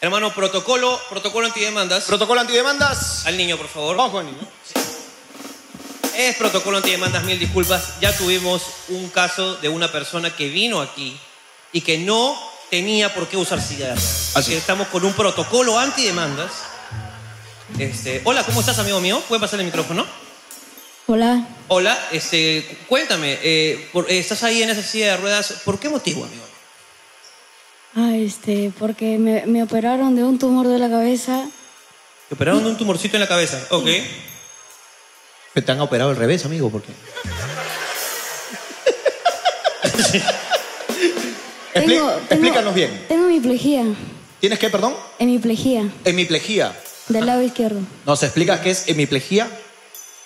Hermano, protocolo, protocolo antidemandas. Protocolo antidemandas. Al niño, por favor. Vamos con el niño. Es protocolo antidemandas, mil disculpas. Ya tuvimos un caso de una persona que vino aquí y que no tenía por qué usar cigarros. Así que es. estamos con un protocolo antidemandas. Este, hola, ¿cómo estás, amigo mío? ¿Puede pasar el micrófono? Hola, Hola, este, cu- cuéntame, eh, por- eh, estás ahí en esa silla de ruedas, ¿por qué motivo, amigo? ah, este, porque me, me operaron de un tumor de la cabeza. Te operaron de un tumorcito en la cabeza, ok. Te han operado al revés, amigo, porque. Tengo- tengo- Explícanos bien. Tengo hemiplegia, ¿Tienes qué, perdón? hemiplegia, Hemiplejía. del lado izquierdo. ¿Nos explicas qué es hemiplejía?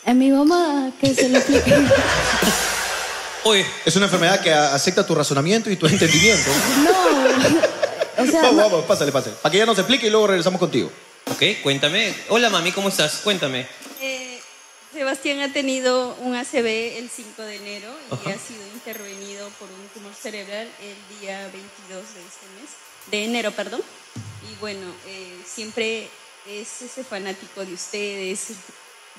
A mi mamá, que se lo explique. Oye, Es una enfermedad que a- afecta tu razonamiento y tu entendimiento. no, o sea, vamos, no- vamos, pásale, pásale. Para que ella nos explique y luego regresamos contigo. ok, cuéntame. Hola, mami, ¿cómo estás? Cuéntame. Eh, Sebastián ha tenido un ACV el 5 de enero y Ajá. ha sido intervenido por un tumor cerebral el día 22 de este mes, de enero, perdón. Y bueno, eh, siempre es ese fanático de ustedes,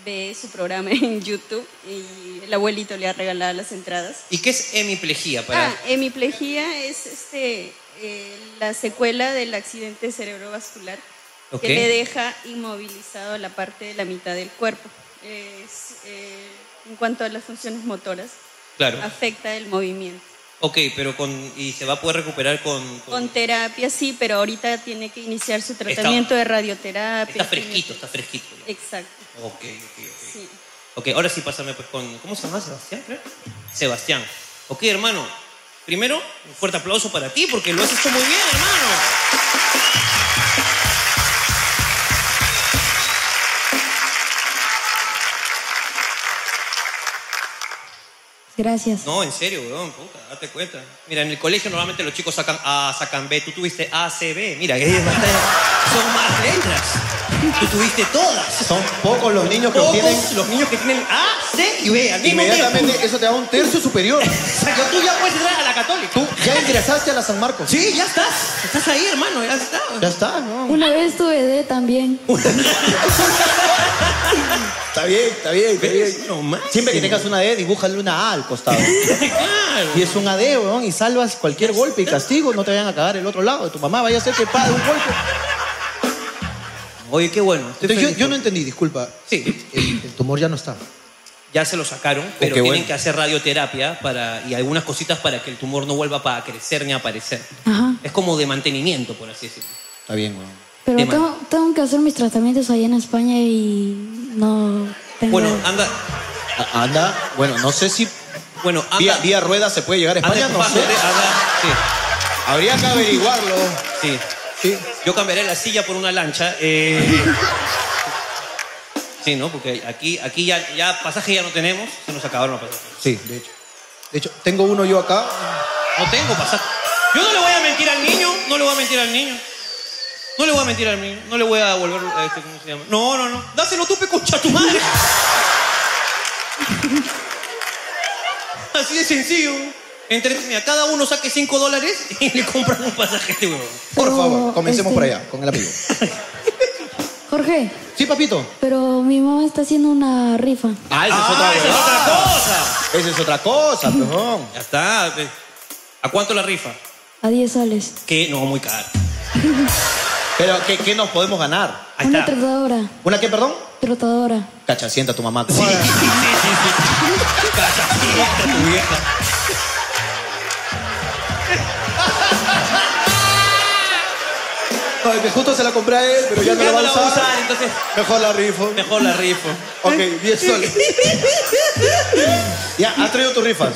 ve su programa en YouTube y el abuelito le ha regalado las entradas. ¿Y qué es hemiplejía para...? Ah, hemiplegia es este, eh, la secuela del accidente cerebrovascular Ok. que le deja inmovilizado la parte de la mitad del cuerpo. Es, eh, en cuanto a las funciones motoras, Claro. afecta el movimiento. Ok, pero con... ¿Y se va a poder recuperar con...? Con terapia sí, pero ahorita tiene que iniciar su tratamiento de radioterapia. está fresquito, está fresquito. ya. Exacto, Ok, ok, ok. sí. Ok, ahora sí pásame pues con... ¿Cómo se llama? ¿Sebastián? creo? Sebastián. Ok, hermano. Primero, un fuerte aplauso para ti porque lo has hecho muy bien, hermano. gracias. No, en serio, weón, puta, date cuenta. Mira, en el colegio normalmente los chicos sacan A, sacan B, tú tuviste A, C, B. Mira, que ellos más- son más letras. Tú tuviste todas. Son pocos los niños que Pocos obtienen. los niños que tienen A, C y B al mismo Inmediatamente tiempo. eso te da un tercio superior. Exacto, tú ya puedes entrar a la católica. Tú ya ingresaste a la San Marcos. Sí, ya estás. Estás ahí, hermano, ya está. Ya está, ¿no? Una vez tuve D también. Está bien, está bien, está Eres bien. lo máximo. Siempre que tengas una D, dibújale una A al costado. Claro. Y es un AD, weón, y salvas cualquier golpe y castigo, no te vayan a cagar el otro lado de tu mamá, vaya a ser que pague un golpe. Oye, qué bueno. estoy Entonces, yo, feliz. yo no entendí, disculpa. Sí, El, el tumor ya no está. ya se lo sacaron, pero qué tienen bueno. que hacer radioterapia para, y algunas cositas para que el tumor no vuelva pa- a crecer ni a aparecer. Ajá. Es como de mantenimiento, por así decirlo. Está bien, weón. Pero Tema. tengo, tengo que hacer mis tratamientos allá en España y no tengo... Bueno, anda, A- Anda, bueno, no sé si bueno, anda, vía, vía rueda se puede llegar a anda España, no empapándote, sé. anda- Habría que averiguarlo. sí, sí. Sí. Yo cambiaré la silla por una lancha. eh. Sí, ¿no? Porque aquí, aquí ya, ya pasaje ya no tenemos, se nos acabaron los pasajes. Sí, de hecho. De hecho, tengo uno yo acá. No tengo pasaje. Yo no le voy a mentir al niño, no le voy a mentir al niño. No le voy a mentir al niño, no le voy a volver a este, ¿cómo se llama? No, no, no. Dáselo tú, pecocha, a tu madre. Así de sencillo. Entre, mira, cada uno saque 5 dólares y le compran un pasaje a este huevón. Por Pero, favor, comencemos este- por allá, con el amigo. Jorge, Sí, papito. pero mi mamá está haciendo una rifa. Ah, esa Ah, esa es otra cosa. Esa es otra cosa, perdón. Ya está. pe. ¿A cuánto la rifa? A 10 soles. Que no, muy caro. Pero, ¿qué, qué nos podemos ganar? Ahí una está. trotadora, ¿Una qué, perdón? trotadora. Cacha, sienta tu mamá. Sí, sí, sí, sí. Cachacita, tu vieja. Ay, que justo se la compré a él, pero ya no la Ya no va la a voy a usar. usar, entonces Mejor la rifo. mejor la rifo. Ok, 10 soles. ya, ¿has traído tus rifas?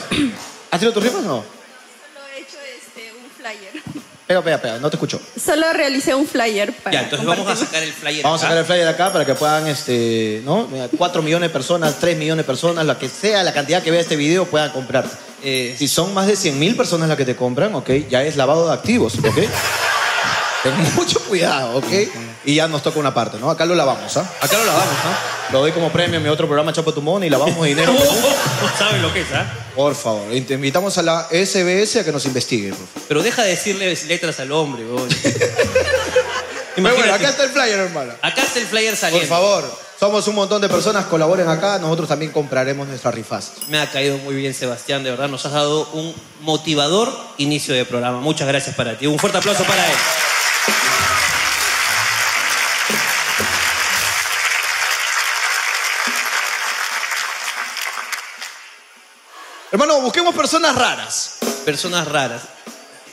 ¿Has traído tus rifas o no? Solo he hecho este, un flyer. Pega, pega, pega, no te escucho. Solo realicé un flyer para Ya, entonces vamos a compartirlo. sacar el flyer. Vamos a sacar acá. el flyer acá para que puedan, este, ¿no? 4 millones de personas, 3 millones de personas, la que sea, la cantidad que vea este video, puedan comprar. Eh, Si son más de 100 mil personas las que te compran, ok, ya es lavado de activos, ok. Ten mucho cuidado, ok. Y ya nos toca una parte, ¿no? Acá lo lavamos, ¿ah? Acá no la vamos, ¿no? Lo doy como premio en mi otro programa, Chapo tu Mono, y lavamos dinero. No saben lo que es, ¿ah? Por favor, te invitamos a la SBS a que nos investigue. por favor. Pero deja de decirle letras al hombre, güey. Pero bueno, Imagínate. acá está el flyer, hermano. Acá está el flyer Por saliendo. favor, somos un montón de personas, colaboren acá, nosotros también compraremos nuestras rifas. Me ha caído muy bien, Sebastián, de verdad. Nos has dado un motivador inicio de programa. Muchas gracias para ti. Un fuerte aplauso para él. Hermano, busquemos personas raras. Personas raras.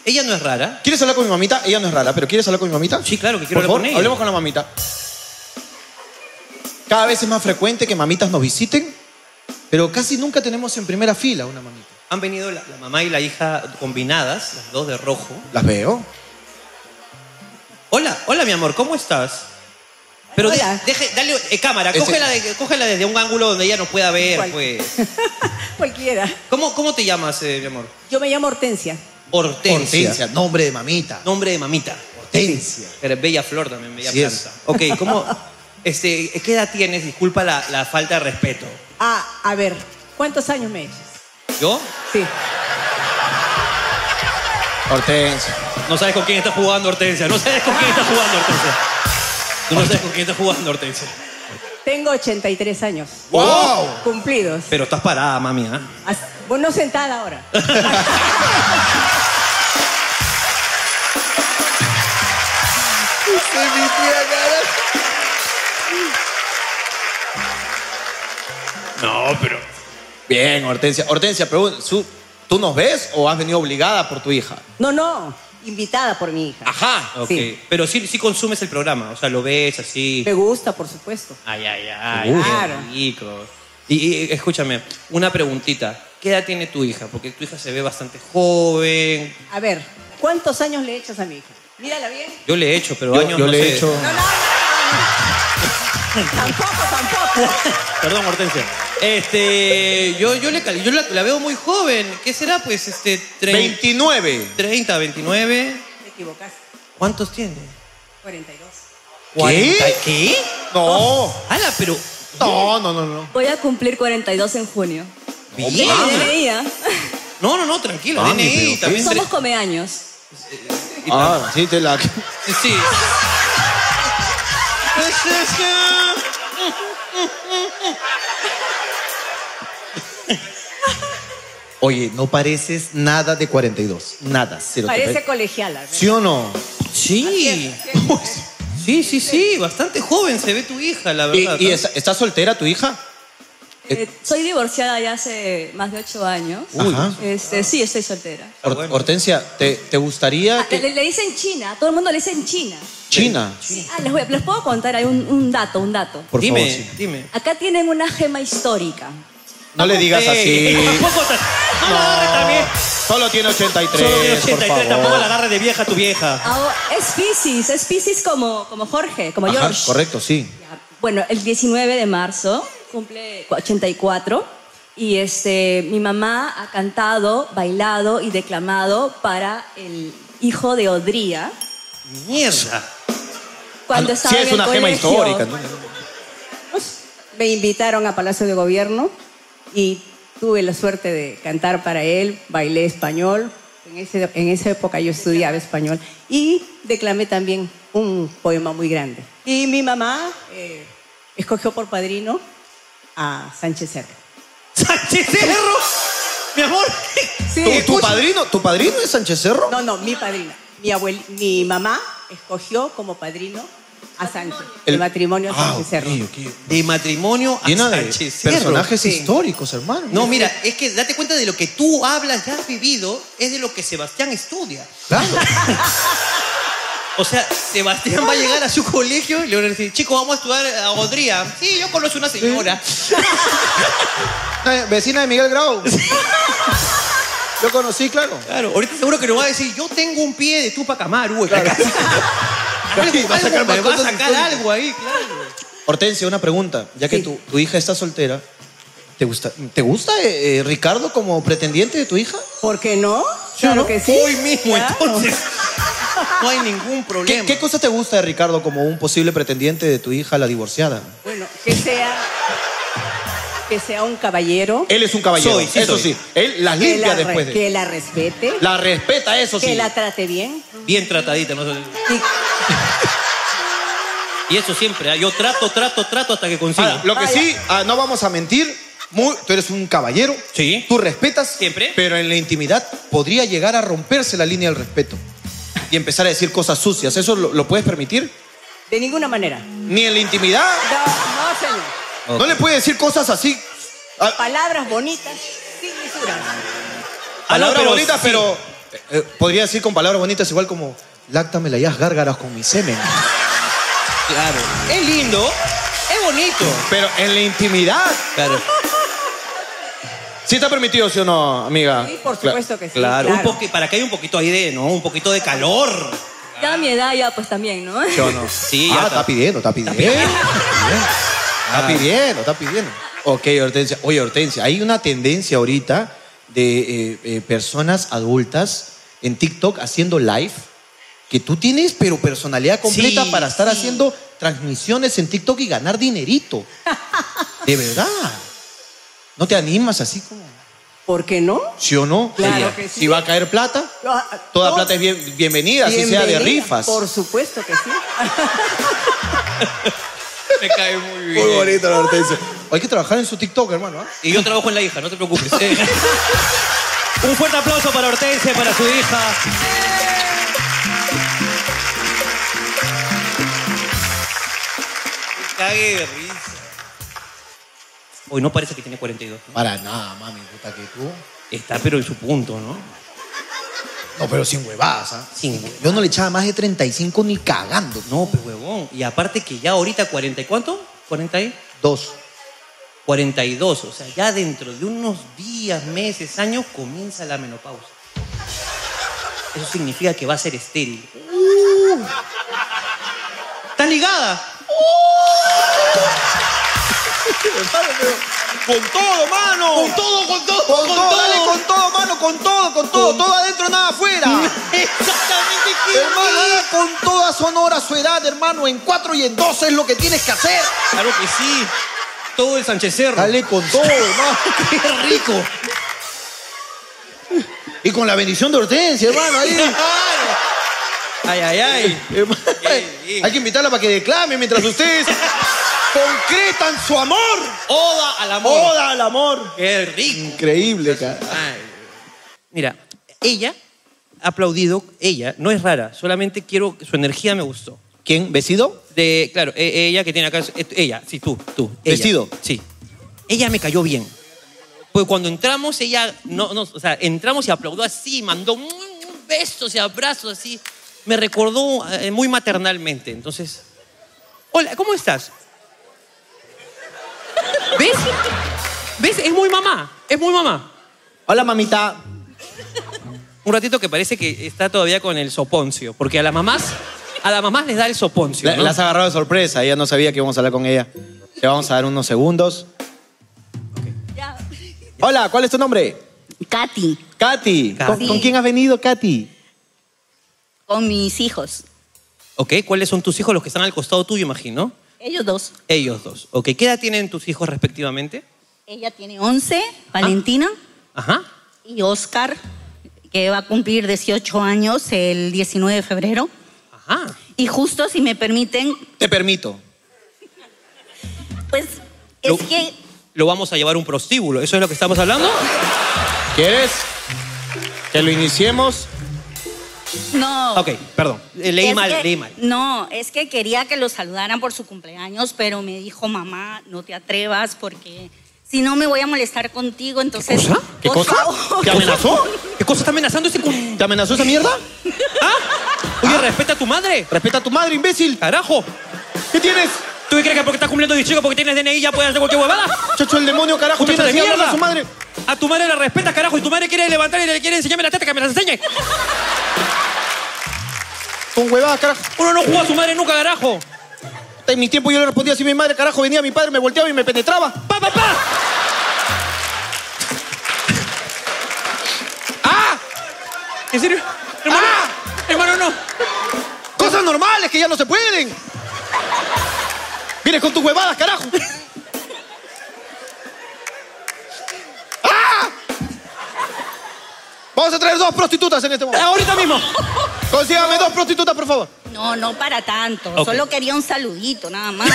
Ella no es rara. ¿Quieres hablar con mi mamita? Ella no es rara, pero ¿quieres hablar con mi mamita? Sí, claro que quiero Por hablar favor, con ella. Hablemos con la mamita. Cada vez es más frecuente que mamitas nos visiten, pero casi nunca tenemos en primera fila una mamita. Han venido la, la mamá y la hija combinadas, las dos de rojo. Las veo. Hola, hola, mi amor, ¿cómo estás? Pero de- Hola. deje- dale eh, cámara, Ese- cógela, de- cógela desde un ángulo donde ella nos pueda ver, ¿Cuál? pues. Cualquiera. ¿Cómo, cómo te llamas, eh, mi amor? Yo me llamo Hortensia. Hortensia. nombre de mamita. Nombre de mamita. Hortensia. Eres bella flor también, bella Así es. planta. Ok, ¿cómo, este, ¿qué edad tienes? Disculpa la, la falta de respeto. Ah, a ver, ¿cuántos años me echas? ¿Yo? Sí. Hortensia. No sabes con quién estás jugando, Hortensia. No sabes con quién estás jugando, Hortensia. Tú no sabes con quién estás jugando, Hortensia. Tengo 83 años. ¡Wow! Cumplidos. Pero estás parada, mami, ¿ah? As- Bueno, sentada ahora. No, pero... Bien, Hortensia. Hortensia, pregun- su- ¿tú nos ves o has venido obligada por tu hija? No, no. Invitada por mi hija. Ajá. Ok, Sí. pero sí, sí consumes el programa. O sea, lo ves así... Me gusta, por supuesto. Ay, ay, ay. Uy. qué Claro. rico. Y, y, escúchame, una preguntita. ¿Qué edad tiene tu hija? Porque tu hija se ve bastante joven. A ver, ¿cuántos años le echas a mi hija? Mírala bien. Yo le he hecho, pero Yo, años yo no le sé. he hecho... No, no, no. no, no. tampoco, tampoco. Perdón, Hortensia. Este, yo, yo, le, cal- yo la, la veo muy joven. ¿Qué será, pues, este, trein- 29. 30, 29? Te equivocaste. ¿Cuántos tiene? 42. Cuarenta- ¿Qué? No. Ala, pero... No, no, no, no. Voy a cumplir 42 en junio. Bien. Oh, No, no, no, tranquilo. Mami, DNI Ah, pero también. Somos comeaños. Y Ah, sí, te la... tam- Sí. Pues Oye, no pareces nada de 42. Nada, cero. te Parece pe- colegiala. ¿ves? ¿Sí o no? Sí. Sí, sí, sí. Bastante joven se ve tu hija, la ¿Y, verdad. y está, está soltera tu hija? Eh, soy divorciada ya hace más de 8 años. Uy. Ajá. Este, sí, estoy soltera. Ah, Hor- bueno. Hortensia, ¿te, te gustaría Ah, que... le, le dicen China, todo el mundo le dicen China. China? Sí, ah, les, voy- les puedo contar, hay un, un dato, un dato. Por dime, favor, sí. dime. Acá tienen una gema histórica. No le digas así. Ey, tampoco te- Ah, No, la agarres también. Solo tiene 83, Solo tiene por 83, favor. tampoco la agarres de vieja tu vieja. Ahora, Ah, es Pisces, es Pisces como, como Jorge, como Ajá, George. correcto, sí. Ya, Bueno, el 19 de marzo cumple 84 y este, mi mamá ha cantado, bailado y declamado para el hijo de Odría Mierda. cuando Ah, no, estaba sí, en es el una gema colegio. histórica. ¿no? Me invitaron a Palacio de Gobierno y tuve la suerte de cantar para él, bailé español, en, ese- en esa época yo estudiaba español y declamé también un poema muy grande. Y mi mamá eh, escogió por padrino a Sánchez Cerro. Sánchez Cerro. Mi amor. Sí, ¿Tu- ¿Tu, escucha. padrino, ¿Tu padrino es Sánchez Cerro? No, no, mi padrina. Mi, abuel- mi mamá escogió como padrino a Sánchez, el, matrimonio a Ah, Sánchez Cerro. ok, ok. De matrimonio a Llena de Sánchez Cerro. personajes Sí. históricos, hermano. No, mira, es que date cuenta de lo que tú hablas, ya has vivido, es de lo que Sebastián estudia. Claro. O sea, Sebastián va a llegar a su colegio y le van a decir, chicos, vamos a estudiar a Odría. Sí, yo conozco una señora. Eh, Vecina de Miguel Grau. Yo conocí, claro. Claro, ahorita seguro que nos va a decir, yo tengo un pie de Tupac Amaru. en la Claro. casa". Sí, Algo, va a sacar algo más me va a cosas sacar históricas. algo ahí, claro. Hortensia, una pregunta. Ya que Sí. tu, tu hija está soltera, ¿te gusta, ¿te gusta eh, eh, Ricardo como pretendiente de tu hija? ¿Por qué no? Claro que sí. Hoy mismo, Claro. entonces. No hay ningún ¿Qué, problema. ¿Qué cosa te gusta de Ricardo como un posible pretendiente de tu hija, la divorciada? Bueno, que sea que sea un caballero, Él es un Soy, sí eso soy. sí. Él las que, limpia la, re- después de. que la respete, La respeta, eso que sí. la trate bien Bien tratadita, no sé. y Y eso siempre, ¿ah? yo trato, trato, trato hasta que consigo. Ahora, lo que Ah, sí, ah, no vamos a mentir, muy- tú eres un caballero, Sí. tú respetas, Siempre. pero en la intimidad podría llegar a romperse la línea del respeto y empezar a decir cosas sucias. ¿Eso lo, lo puedes permitir? De ninguna manera. Ni en la intimidad, No, no, señor. no le puedes decir cosas así. ah, Palabras bonitas, sin lisuras. Ah, no, palabras pero bonitas, sí. pero eh, podría decir con palabras bonitas igual como láctame la haz gárgaras con mi semen. Claro. pues. Es lindo, es bonito. Pero en la intimidad. Claro. ¿Sí está permitido, sí o no, amiga? Sí, por supuesto que sí. Claro, un poqui- para que haya un poquito ahí de, ¿no? Un poquito de calor. Ya mi edad ya pues también, ¿no? ¿Sí o no? Sí, ah, ya está está. pidiendo, está pidiendo. Está pidiendo, está pidiendo. Ok, Hortensia. Oye, Hortensia, hay una tendencia ahorita de eh, eh, personas adultas en TikTok haciendo live que tú tienes, pero personalidad completa Sí, para estar sí. haciendo transmisiones en TikTok y ganar dinerito. De verdad. ¿No te animas así como? ¿Por qué no? ¿Sí o no? Claro que sí. Si va a caer plata, Ah, toda no. plata es bien- bienvenida, así sea de Bienvenida. rifas. Por supuesto que sí. Me cae muy bien. la Hortensia. Hay que trabajar en su TikTok, hermano. ¿ah? Y yo trabajo en la hija, no te preocupes. Eh. Un fuerte aplauso para Hortensia, para su hija. Me Cague de risa. Hoy no parece que tiene 42. ¿no? Para nada, mami, puta que tú. Está pero en su punto, ¿no? No, pero sin huevadas, ¿ah? Sin hue- Yo no le echaba más de 35 ni cagando. No, No, pues huevón. Y aparte que ya ahorita 40 y cuánto? 40 y dos. 42. O sea, ya dentro de unos días, meses, años comienza la menopausa. Eso significa que va a ser estéril. ¿Estás ligada? ¡Con todo, mano! ¡Con todo, con todo! Con, todo, dale, con todo, mano, con todo, con todo. Todo adentro, nada afuera. ¡Exactamente! ¿qué? hermano, dale con toda sonora su edad, hermano. En 4 y en 12 es lo que tienes que hacer. Claro que sí. Todo el Sánchez Cerro. Dale con todo, hermano. Qué rico. Y con la bendición de Hortensia, hermano. Ahí. ¡Ay, ay, ay! Hermano, Bien, bien. Hay que invitarla para que declame mientras ustedes concretan su amor. ¡Oda al amor! Oda al amor. ¡Qué rico! Increíble, cara. Ay. Mira, ella ha aplaudido, ella, no es rara, solamente quiero, su energía me gustó. ¿Quién? ¿Vestido? De, claro, e- ella que tiene acá, es- ella, sí, tú, tú. ella. ¿Vestido? Sí. Ella me cayó bien. Pues cuando entramos, ella, no, no, o sea, entramos y aplaudió así, mandó un- un besos y abrazos así. Me recordó eh, muy maternalmente, entonces. Hola, ¿cómo estás? ¿Ves? ¿Ves? Es muy mamá, es muy mamá. Hola, mamita. Un ratito que parece que está todavía con el soponcio, porque a las mamás, a las mamás les da el soponcio. La, ¿no? la has agarrado de sorpresa. Ella no sabía que íbamos a hablar con ella. Le vamos a dar unos segundos. Ya. Hola, ¿cuál es tu nombre? Katy, Katy. ¿Con, Katy. con quién has venido, Katy? con mis hijos, Ok, ¿cuáles son tus hijos los que están al costado tuyo, imagino? ellos dos. Ellos dos. Ok, ¿qué edad tienen tus hijos respectivamente? Ella tiene 11, Valentina, Ajá. y Oscar, que va a cumplir 18 años el 19 de febrero. Ajá. Y justo, si me permiten, Te permito. pues Lo- es que Lo vamos a llevar a un prostíbulo, ¿eso es lo que estamos hablando? ¿Quieres que lo iniciemos? no. Ok, perdón. Eh, Leí Es mal, que- leí mal. No, es que quería que lo saludaran por su cumpleaños, pero me dijo, mamá, no te atrevas porque si no me voy a molestar contigo, entonces... cosa? ¿Qué por cosa? favor". ¿Te amenazó? ¿Qué cosa está amenazando ese cu- ¿Te amenazó esa mierda? ¿Ah? Oye, respeta a tu madre. Respeta a tu madre, imbécil. Carajo. ¿Qué tienes? ¿Tú qué crees que porque estás cumpliendo 18, porque tienes DNI, ya puedes hacer cualquier huevada? Chacho, el demonio, carajo. ¡Puta Mientras de siga hablando mierda! a su madre. A tu madre la respetas, carajo, y tu madre quiere levantar y le quiere enseñarme la teta que me las enseñe. Con huevadas, carajo. Uno no jugó a su madre nunca, carajo. En mis tiempos yo le respondía así a mi madre, carajo, venía mi padre, me volteaba y me penetraba. ¡Pa, pa, pa! ¡Ah! ¿En serio? Hermano, hermano, no. ¡Ah! Cosas normales que ya no se pueden. Vienes con tus huevadas, carajo. ¡Ah! Vamos a traer dos prostitutas en este momento. Ahorita mismo. Consígame dos prostitutas, por favor. No, no para tanto. Ok. Solo quería un saludito, nada más. ¡Ah!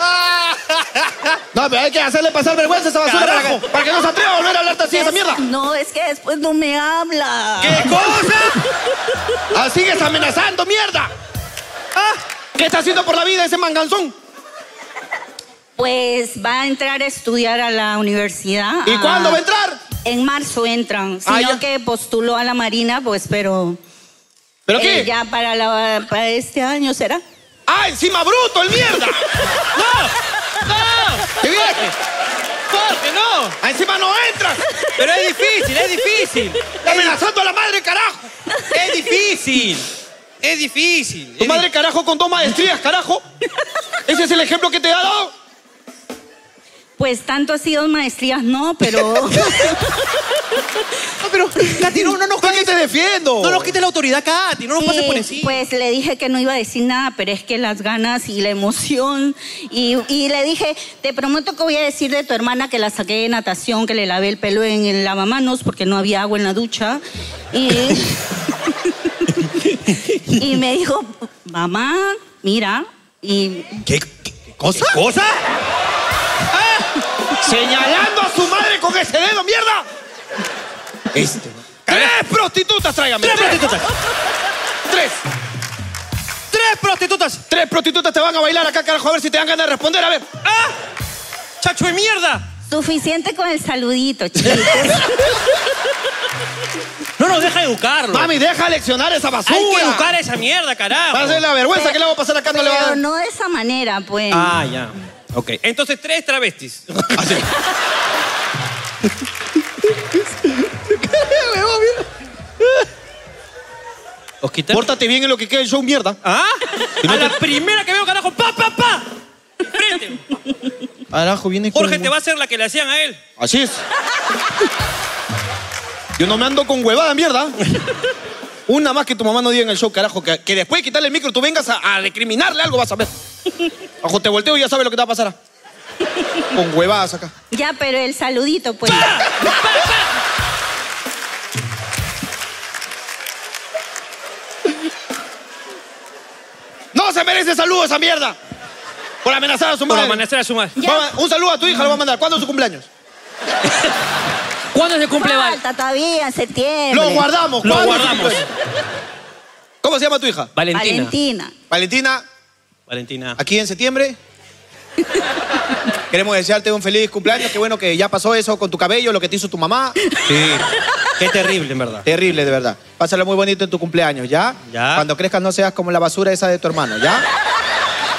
¡Ah! No, pero hay que hacerle pasar vergüenza a esa basura para Carajo. que, para que no se atreva a volver a hablarte así de esa mierda. No, es que después no me habla. ¿Qué cosa? ¡Ah, sigues amenazando, mierda! ¿Ah? ¿Qué está haciendo por la vida ese manganzón? Pues va a entrar a estudiar a la universidad. ¿Y Ah, cuándo va a entrar? En marzo entran, Ah, sino ya. que postuló a la Marina, pues, pero ¿Pero eh, qué? ya para, la- para este año será. ¡Ah, encima bruto, el mierda! ¡No! ¡No! ¡Qué bien! ¡Jorge, no! ¡Ah, encima no entras! Pero es difícil, es difícil. ¡Está ¡Amenazando a la madre, carajo! Es difícil. Es difícil. Tu madre, carajo, con dos maestrías, carajo. ¿Ese es el ejemplo que te he dado? Pues tanto ha sido en maestrías, no, pero Ah, No, pero, Katy, no, no nos ¿Por qué te defiendo? No nos quites la autoridad, Katy. No nos pases Sí, por encima. Pues le dije que no iba a decir nada, pero es que las ganas y la emoción. Y, y le dije, te prometo que voy a decir de tu hermana que la saqué de natación, que le lavé el pelo en el lavamanos porque no había agua en la ducha. Y, y me dijo, mamá, mira. Y ¿Qué, cosa? ¿Cosa? ¿Ah? ¡Señalando a su madre con ese dedo, mierda! Este. ¡Tres prostitutas, tráigame! Tres prostitutas. ¡Tres! Tres prostitutas. ¡Tres prostitutas te van a bailar acá, carajo! A ver si te dan ganas de responder, a ver. ¡Ah! ¡Chacho de mierda! suficiente con el saludito, chicos. No nos deja educarlo. Mami, deja leccionar esa basura. Hay que educar a esa mierda, carajo. Va a ser la vergüenza que le va a pasar acá, no le va a Pero dar. no de esa manera, pues. Ah, ya. Ok. Entonces, tres travestis. Así. ¿Os quitan? Pórtate bien en lo que queda el show, mierda. ¿Ah? A la primera que veo, carajo. ¡Pa, pa, pa! ¡Frente! Carajo, viene Jorge te va a hacer la que le hacían a él. Así es. Yo no me ando con huevada, mierda. Una más que tu mamá no diga en el show, carajo. Que, que después de quitarle el micro tú vengas a, a recriminarle algo, vas a ver. Ojo, te volteo y ya sabes lo que te va a pasar. ah. Con huevadas acá. Ya, pero el saludito, pues. ¡Ah! ¡No se merece saludo esa mierda! Por amenazar a su Por madre. amanecer a su madre. Ya. Va- un saludo a tu hija lo va a mandar. ¿Cuándo es su cumpleaños? ¿Cuándo se cumple Val? Falta todavía, en septiembre. Lo guardamos. Lo ¿Cuándo es su guardamos. cumpleaños? ¿Cómo se llama tu hija? Valentina. Valentina. Valentina, Valentina. aquí en septiembre. Queremos desearte un feliz cumpleaños. Qué bueno que ya pasó eso con tu cabello, lo que te hizo tu mamá. Sí. Qué terrible, en verdad. Terrible, de verdad. Pásalo muy bonito en tu cumpleaños, ¿ya? Ya. Cuando crezcas no seas como la basura esa de tu hermano, ¿ya?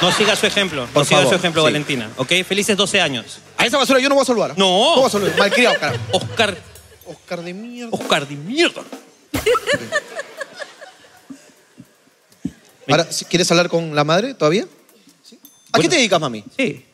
No siga su ejemplo. Por no siga favor, su ejemplo, sí. Valentina. ¿Ok? Felices 12 años. A esa basura yo no voy a saludar. No. No voy a saludar. Malcriado, carajo. Oscar. Oscar de mierda. Oscar de mierda. Ahora, ¿sí- ¿quieres hablar con la madre todavía? ¿Sí? ¿A qué te dedicas, mami? Sí.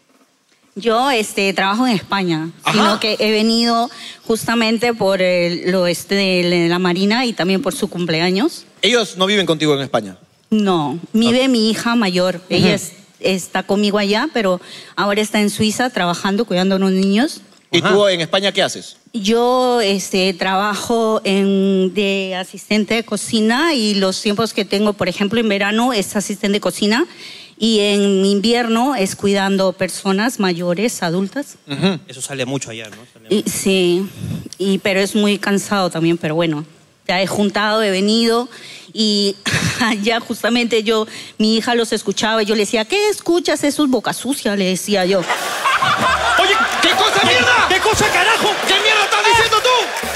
Yo este, trabajo en España, sino que he venido justamente por el- lo este de la Marina y también por su cumpleaños. Ellos no viven contigo en España. No, vive mi hija mayor. Ella es- está conmigo allá, pero ahora está en Suiza trabajando, cuidando a unos niños. ¿Y Ajá. tú en España qué haces? Yo este, trabajo en- de asistente de cocina y los tiempos que tengo, por ejemplo, en verano es asistente de cocina y en invierno es cuidando personas mayores, adultas. Eso sale mucho allá, ¿no? Sale Y- sí, y, pero es muy cansado también, pero bueno, ya he juntado, he venido y ya justamente yo, mi hija los escuchaba y yo le decía, ¿qué escuchas esos boca sucia? Le decía yo. Oye, ¿qué cosa mierda? ¿Qué cosa carajo? ¿Qué mierda estás diciendo tú?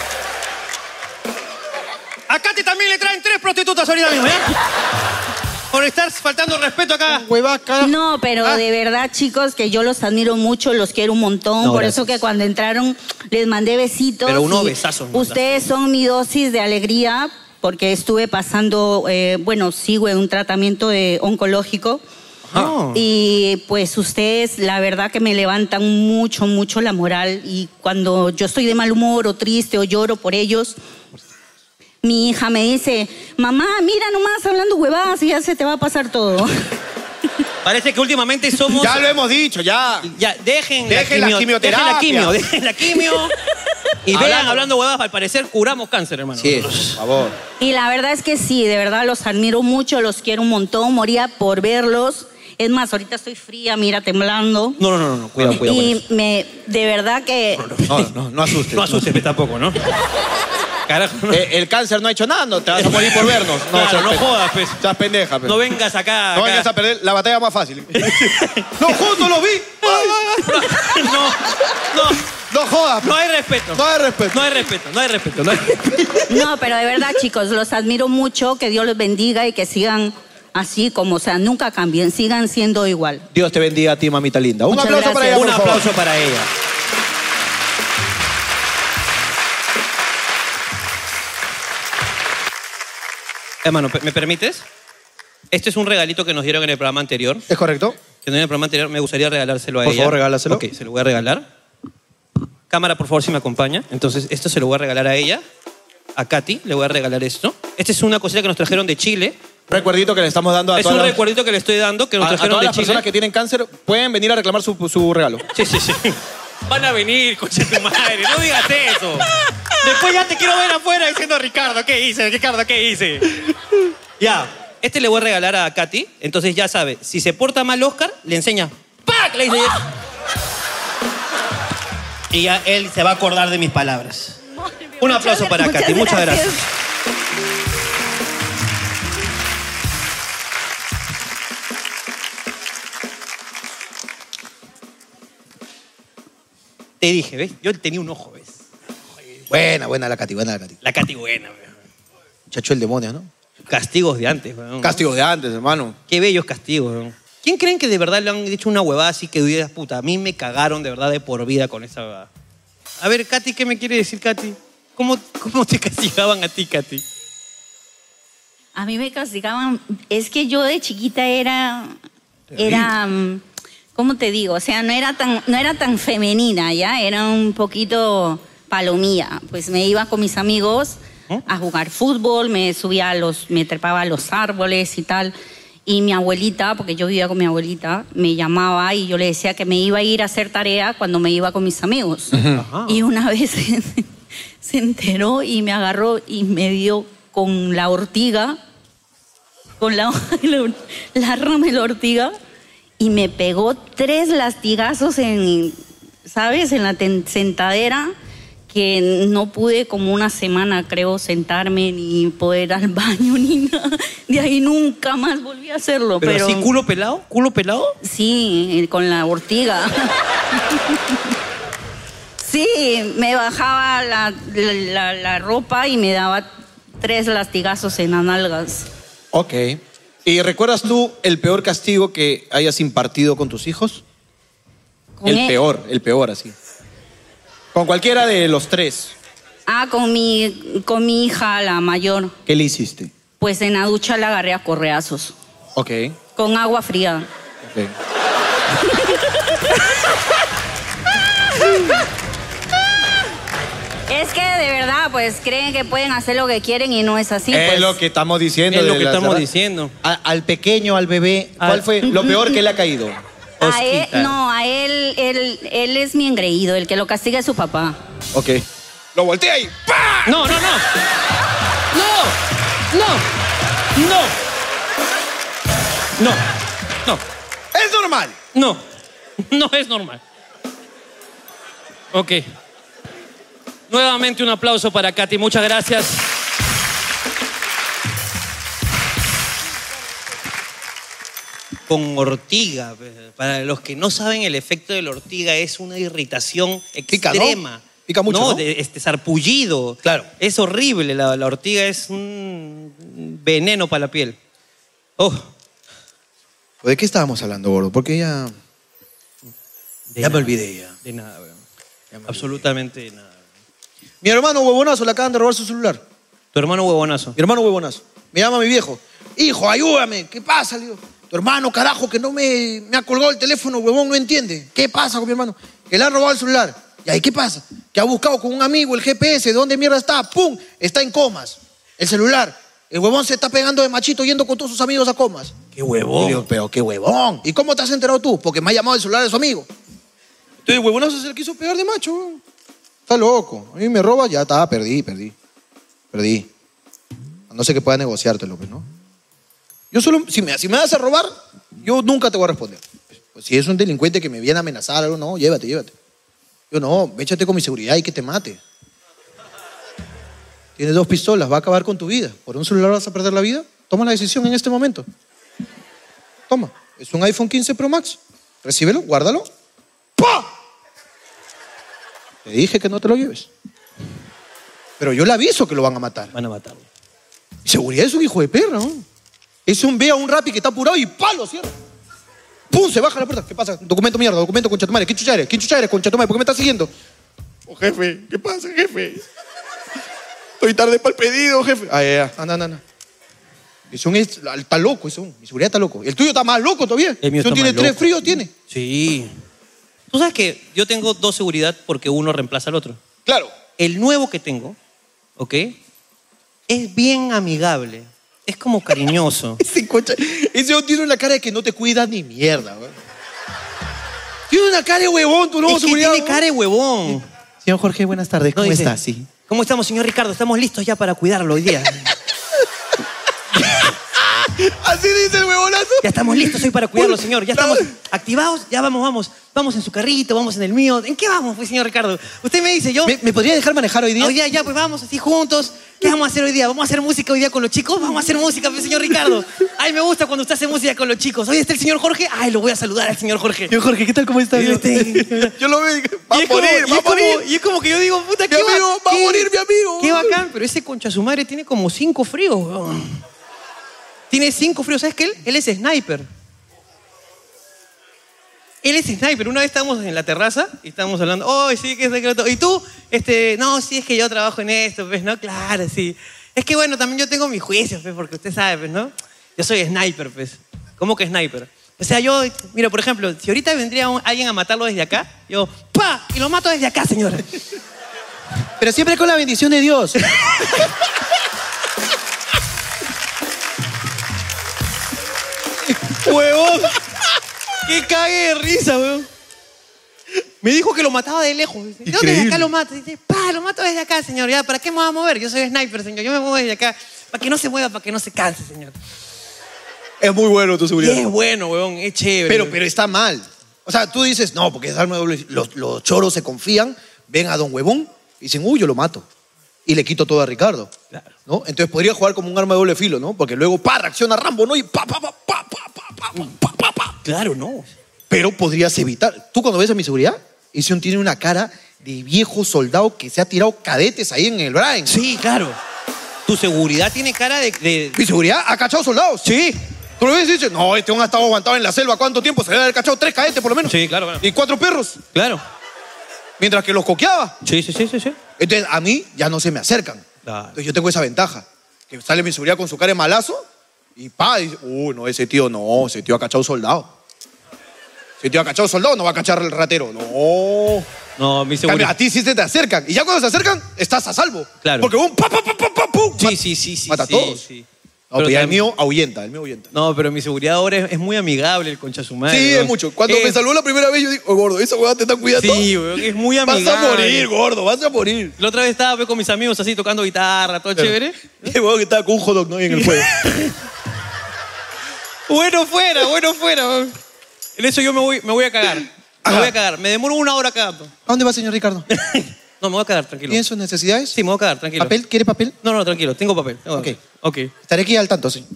A Katy también le traen tres prostitutas ahorita mismo, ¿eh? Por estar faltando respeto acá. Hueva, carajo. No, pero Ah. de verdad, chicos, que yo los admiro mucho, los quiero un montón. No, por gracias. eso que cuando entraron les mandé besitos. Pero unos y besazos mandaste. Ustedes son mi dosis de alegría porque estuve pasando, eh, bueno, sigo en un tratamiento de- oncológico. Ah. Y pues ustedes, la verdad que me levantan mucho, mucho la moral. Y cuando yo estoy de mal humor o triste o lloro por ellos, mi hija me dice, mamá, mira nomás hablando huevadas y ya se te va a pasar todo. Parece que últimamente somos... Ya lo hemos dicho, ya. Ya, dejen, Dejen la la, quimio- quimioterapia. Dejen la quimio, dejen la quimio. Y vean, Hablando. hablando huevadas, al parecer curamos cáncer, hermano. Sí, por favor. Y la verdad es que sí, de verdad los admiro mucho, los quiero un montón, moría por verlos. Es más, ahorita estoy fría, mira, temblando. No, no, no, no, no, cuidado, cuidado. con y eso. me, de verdad que No, no, no asustes. No asustes tampoco, ¿no? Carajo, no. Eh, el cáncer no ha hecho nada, no te vas a morir por vernos. No, Claro, seas no pe- jodas, pues. Seas pendeja, pues. No vengas acá. No acá. vayas a perder la batalla más fácil. ¡No, justo lo vi! Ay, ay, ay. No, no, ¡No jodas! no hay respeto. No hay respeto. No hay respeto, no hay respeto. no hay respeto. No, pero de verdad, chicos, los admiro mucho, que Dios los bendiga y que sigan así como, o sea, nunca cambien, sigan siendo igual. Dios te bendiga a ti, mamita linda. Un Muchas aplauso para ella, gracias. por Un favor. aplauso para ella. Hermano, ¿me permites? Este es un regalito que nos dieron en el programa anterior. ¿Es correcto? que no en el programa anterior, me gustaría regalárselo a Por ella. favor, regálaselo. Ok, se lo voy a regalar. Cámara, por favor, si me acompaña. Entonces, esto se lo voy a regalar a ella. A Katy le voy a regalar esto. Esta es una cosita que nos trajeron de Chile. Recuerdito que le estamos dando a es un todas, las, recuerdito que le estoy dando que nos a- a trajeron todas de las Chile. personas que tienen cáncer. Pueden venir a reclamar su, su regalo. Sí, sí, sí. Van a venir, coche tu madre. No digas eso. Después ya te quiero ver afuera diciendo, Ricardo, ¿qué hice? Ricardo, ¿qué hice? Ya. Este le voy a regalar a Katy. Entonces ya sabe, si se porta mal Oscar, le enseña. ¡Pac! Le dice. Y ya él se va a acordar de mis palabras. Un aplauso para Katy. Muchas gracias. Te dije, ¿ves? Yo tenía un ojo, ¿ves? Buena, buena la Katy, buena la Katy. La Katy buena, weón. Chacho el demonio, ¿no? Castigos de antes, weón. Castigos de antes, hermano. Qué bellos castigos, weón. ¿Quién creen que de verdad le han dicho una huevada así que digas, puta, a mí me cagaron de verdad de por vida con esa huevada? A ver, Katy, ¿qué me quiere decir, Katy? ¿Cómo, cómo te castigaban a ti, Katy? A mí me castigaban, es que yo de chiquita era, era, mm, ¿cómo te digo? O sea, no era tan, no era tan femenina, ¿ya? Era un poquito palomía. Pues me iba con mis amigos a jugar fútbol, me subía a los, me trepaba a los árboles y tal. Y mi abuelita, porque yo vivía con mi abuelita, me llamaba y yo le decía que me iba a ir a hacer tarea cuando me iba con mis amigos. Ah. Y una vez se enteró y me agarró y me dio con la ortiga con la, hoja de la, la rama de la ortiga y me pegó tres lastigazos en, ¿sabes? En la ten- sentadera que no pude como una semana, creo, sentarme ni poder ir al baño ni nada. De ahí nunca más volví a hacerlo. ¿Pero, Pero, así culo pelado? ¿Culo pelado? Sí, con la ortiga. sí, me bajaba la, la- la- la ropa y me daba tres lastigazos en las nalgas. Ok. ¿Y recuerdas tú el peor castigo que hayas impartido con tus hijos? Con el e- peor, el peor, así. Con cualquiera de los tres. Ah, con mi, con mi hija, la mayor. ¿Qué le hiciste? Pues en la ducha la agarré a correazos. Ok. Con agua fría. ok. Es que de verdad, pues creen que pueden hacer lo que quieren y no es así. es pues. lo que estamos diciendo. Es lo de que las- estamos diciendo. A- al pequeño, al bebé, ¿cuál Ah. fue lo peor que le ha caído? A él, Osquita. no, a él, él, él es mi engreído. El que lo castiga es su papá. Ok. Lo volteé ahí. ¡Pah! No, no, no. No, no, no. No, no, ¡Es normal! no. No es normal. Ok. Nuevamente un aplauso para Katy. Muchas gracias. Con ortiga. Para los que no saben, el efecto de la ortiga es una irritación Pica, ¿no? extrema. Pica mucho, ¿no? de- este sarpullido. Claro. Es horrible. La, la ortiga es un veneno para la piel. Oh, ¿De qué estábamos hablando, gordo? Porque ya. de Ya me nada, olvidé ya. De nada, weón. Absolutamente de nada. Mi hermano huevonazo le acaban de robar su celular. Tu hermano huevonazo. Mi hermano huevonazo. Me llama mi viejo. Hijo, ayúdame. ¿Qué pasa? Le digo. Tu hermano, carajo, que no me, me ha colgado el teléfono, huevón, no entiende. ¿Qué pasa con mi hermano? Que le han robado el celular. ¿Y ahí qué pasa? Que ha buscado con un amigo el GPS, ¿de dónde mierda está? ¡Pum! Está en comas. El celular. El huevón se está pegando de machito yendo con todos sus amigos a comas. Y Qué le huevón. digo, pero qué huevón. ¿Y cómo te has enterado tú? Porque me ha llamado el celular de su amigo. Entonces, huevonazo se le quiso pegar de macho. weón. Está loco. A mí me roba, ya está, perdí, perdí. Perdí. A no sé que pueda negociártelo, pues, ¿no? Yo solo, si me, si me vas a robar, yo nunca te voy a responder. Pues, si es un delincuente que me viene a amenazar algo, no, llévate, llévate. Yo no, échate con mi seguridad y que te mate. Tienes dos pistolas, va a acabar con tu vida. ¿Por un celular vas a perder la vida? Toma la decisión en este momento. Toma, es un iPhone 15 Pro Max. Recíbelo, guárdalo. ¡Pah! Te dije que no te lo lleves. Pero yo le aviso que lo van a matar. Van a matarlo. Seguridad es un hijo de perra, ¿no? Es un ve a un rapi que está apurado y palo, cierra. ¡Pum! Se baja la puerta. ¿Qué pasa? Documento mierda, documento concha tu madre. ¿Qué chucha eres? ¿Qué chucha eres, concha tu madre? ¿Por qué me estás siguiendo? Oh, jefe, ¿qué pasa, jefe? Estoy tarde para el pedido, jefe. Ah, ya, ya. Anda, anda, anda. Es un es- está loco, es un. Mi seguridad está loco. El tuyo está más loco todavía. El mío Tú está tiene más tres loco. fríos, tiene. Sí. Tú sabes que yo tengo dos seguridad porque uno reemplaza al otro. Claro. El nuevo que tengo, ¿ok? Es bien amigable. Es como cariñoso. Ese concha. Ese hombre tiene una cara de que no te cuida ni mierda, weón. Tiene una cara de huevón, tu nuevo es que seguridad. tiene cara de huevón. Señor Jorge, buenas tardes. No, dice, ¿Cómo estamos, señor Ricardo? Estamos listos ya para cuidarlo hoy día. Así dice el huevonazo. Ya estamos listos hoy para cuidarlo, señor. Ya estamos activados. Ya vamos, vamos. Vamos en su carrito, vamos en el mío. ¿En qué vamos, pues, señor Ricardo? Usted me dice, yo... ¿Me, me podría dejar manejar hoy día? Hoy día ya, pues vamos así juntos. ¿Qué vamos a hacer hoy día? ¿Vamos a hacer música hoy día con los chicos? Vamos a hacer música, pues, señor Ricardo. Ay, me gusta cuando usted hace música con los chicos. Hoy está el señor Jorge. Ay, lo voy a saludar al señor Jorge. Yo, Jorge, ¿qué tal? ¿Cómo está? Y este- Yo lo veo. y digo, Va Y a es como- morir, y va a es como- morir. Y es como que yo digo, puta, Mi qué amigo, va a qué- morir mi amigo. Qué bacán, pero ese concha su madre tiene como cinco fríos, weón. Tiene cinco fríos. ¿Sabes qué? Él, él es sniper. Él es sniper. Una vez estábamos en la terraza y estábamos hablando, oh, sí, que es secreto. Y tú, este, no, sí, es que yo trabajo en esto, pues, ¿no? Claro, sí. Es que bueno, también yo tengo mis juicios, pues, porque usted sabe, pues, ¿no? Yo soy sniper, pues. ¿Cómo que sniper? O sea, yo, mira, por ejemplo, si ahorita vendría un- alguien a matarlo desde acá, yo, ¡pa! Y lo mato desde acá, señora. Pero siempre con la bendición de Dios. ¡Huevón! ¡Qué cague de risa, huevón! Me dijo que lo mataba de lejos. Dice, yo desde Increíble. acá lo mato. Dice, pa, lo mato desde acá, señor. Ya, ¿para qué me va a mover? Yo soy sniper, señor. Yo me muevo desde acá. Para que no se mueva, para que no se canse, señor. es muy bueno tu Y seguridad. es bueno, huevón. Es chévere. Pero, pero está mal. O sea, tú dices, no, porque es arma de doble filo. Los, los choros se confían, ven a Don Huevón y dicen, uy, yo lo mato. Y le quito todo a Ricardo. Claro. ¿no? Entonces podría jugar como un arma de doble filo, ¿no? Porque luego, pa, reacciona Rambo, ¿no? Y pa, pa, pa, pa, pa, pa, pa, pa, pa, pa. Claro, no. Pero podrías evitar. Tú cuando ves a mi seguridad, ese hombre tiene una cara de viejo soldado que se ha tirado cadetes ahí en el Brian. Sí, claro. Tu seguridad tiene cara de... de- Mi seguridad ha cachado soldados. Sí. Tú lo ves y dices, no, este hombre ha estado aguantado en la selva, ¿cuánto tiempo? Se le ha cachado tres cadetes por lo menos. Sí, claro, claro. Y cuatro perros, Claro. mientras que los coqueaba. Sí, sí, sí, sí, sí. Entonces, a mí ya no se me acercan. Claro. Entonces, yo tengo esa ventaja. Que sale mi seguridad con su cara de malazo y pa, dice, uy, no, ese tío no, ese tío ha cachado soldado. Ese tío ha cachado soldado, no va a cachar el ratero. No. No, mi En cambio, seguridad... a ti sí se te acercan. Y ya cuando se acercan, estás a salvo. Claro. Porque un pa, pa, pa, pa, pa, pum. Sí, mata- sí, sí, sí. Mata a sí, todos. sí. No, Pero pero ya el también- mío ahuyenta, el mío ahuyenta. No, pero mi seguridad ahora es, es muy amigable, el concha su madre. Eh, sí, es huevón. mucho. Cuando Es- me saludó la primera vez, yo dije, oh, gordo, esa hueá te está cuidando. Sí, huevón, es muy Vas amigable. a morir, gordo, vas a morir. La otra vez estaba pues, con mis amigos así tocando guitarra, todo chévere. Qué huevón que estaba con un hot dog, ¿no? Y en el juego. Bueno fuera, bueno fuera. weón. En eso yo me voy, me voy a cagar. Me Ajá. voy a cagar. Me demoro una hora cagando. ¿A dónde va, señor Ricardo? No, me voy a cagar, tranquilo. ¿Tiene sus necesidades? Sí, me voy a cagar, tranquilo. ¿Papel? ¿Quiere papel? No, no, tranquilo. Tengo papel. tengo Ok. papel. Ok. Estaré aquí al tanto, sí.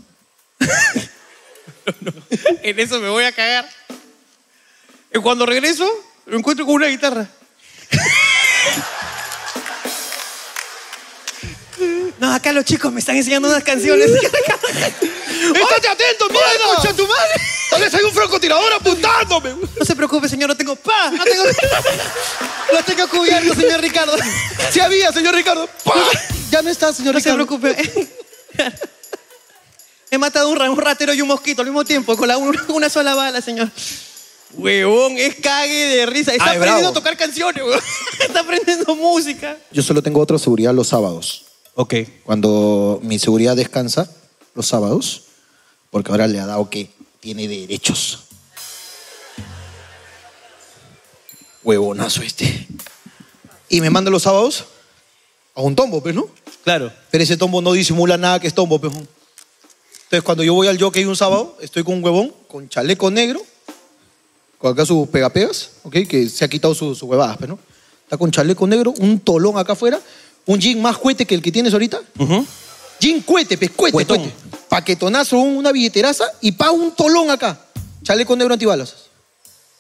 en eso me voy a cagar. Y cuando regreso, me encuentro con una guitarra. No, acá los chicos me están enseñando unas canciones. ¡Estate atento, mierda! ¡Concha tu madre! ¡Tal vez hay un francotirador apuntándome! No se preocupe, señor, no tengo pa, no tengo Lo tengo cubierto, señor Ricardo. ¡Sí había, señor Ricardo! ¡Pah! Ya no está, señor No se Ricardo. preocupe. He matado un, ra- un ratero y un mosquito al mismo tiempo, con la un- una sola bala, señor. Huevón, es cague de risa. Está Ay, bravo. aprendiendo a tocar canciones, huevón. Está aprendiendo música. Yo solo tengo otra seguridad los sábados. Ok. Cuando mi seguridad descansa, los sábados, porque ahora le ha dado que tiene derechos. Huevonazo este. Y me manda los sábados a un tombo, pues, ¿no? Claro. Pero ese tombo no disimula nada que es tombo, pues. ¿no? Entonces, cuando yo voy al jockey un sábado, estoy con un huevón, con chaleco negro, con acá sus pegapegas, ¿ok? Que se ha quitado sus su huevadas, pues, ¿no? Está con chaleco negro, un tolón acá afuera, un jean más cohete que el que tienes ahorita. Jean cohete, pues, cohete, Cuetón. cohete. Paquetonazo, un- una billeteraza y pa, un tolón acá. Chaleco negro antibalas.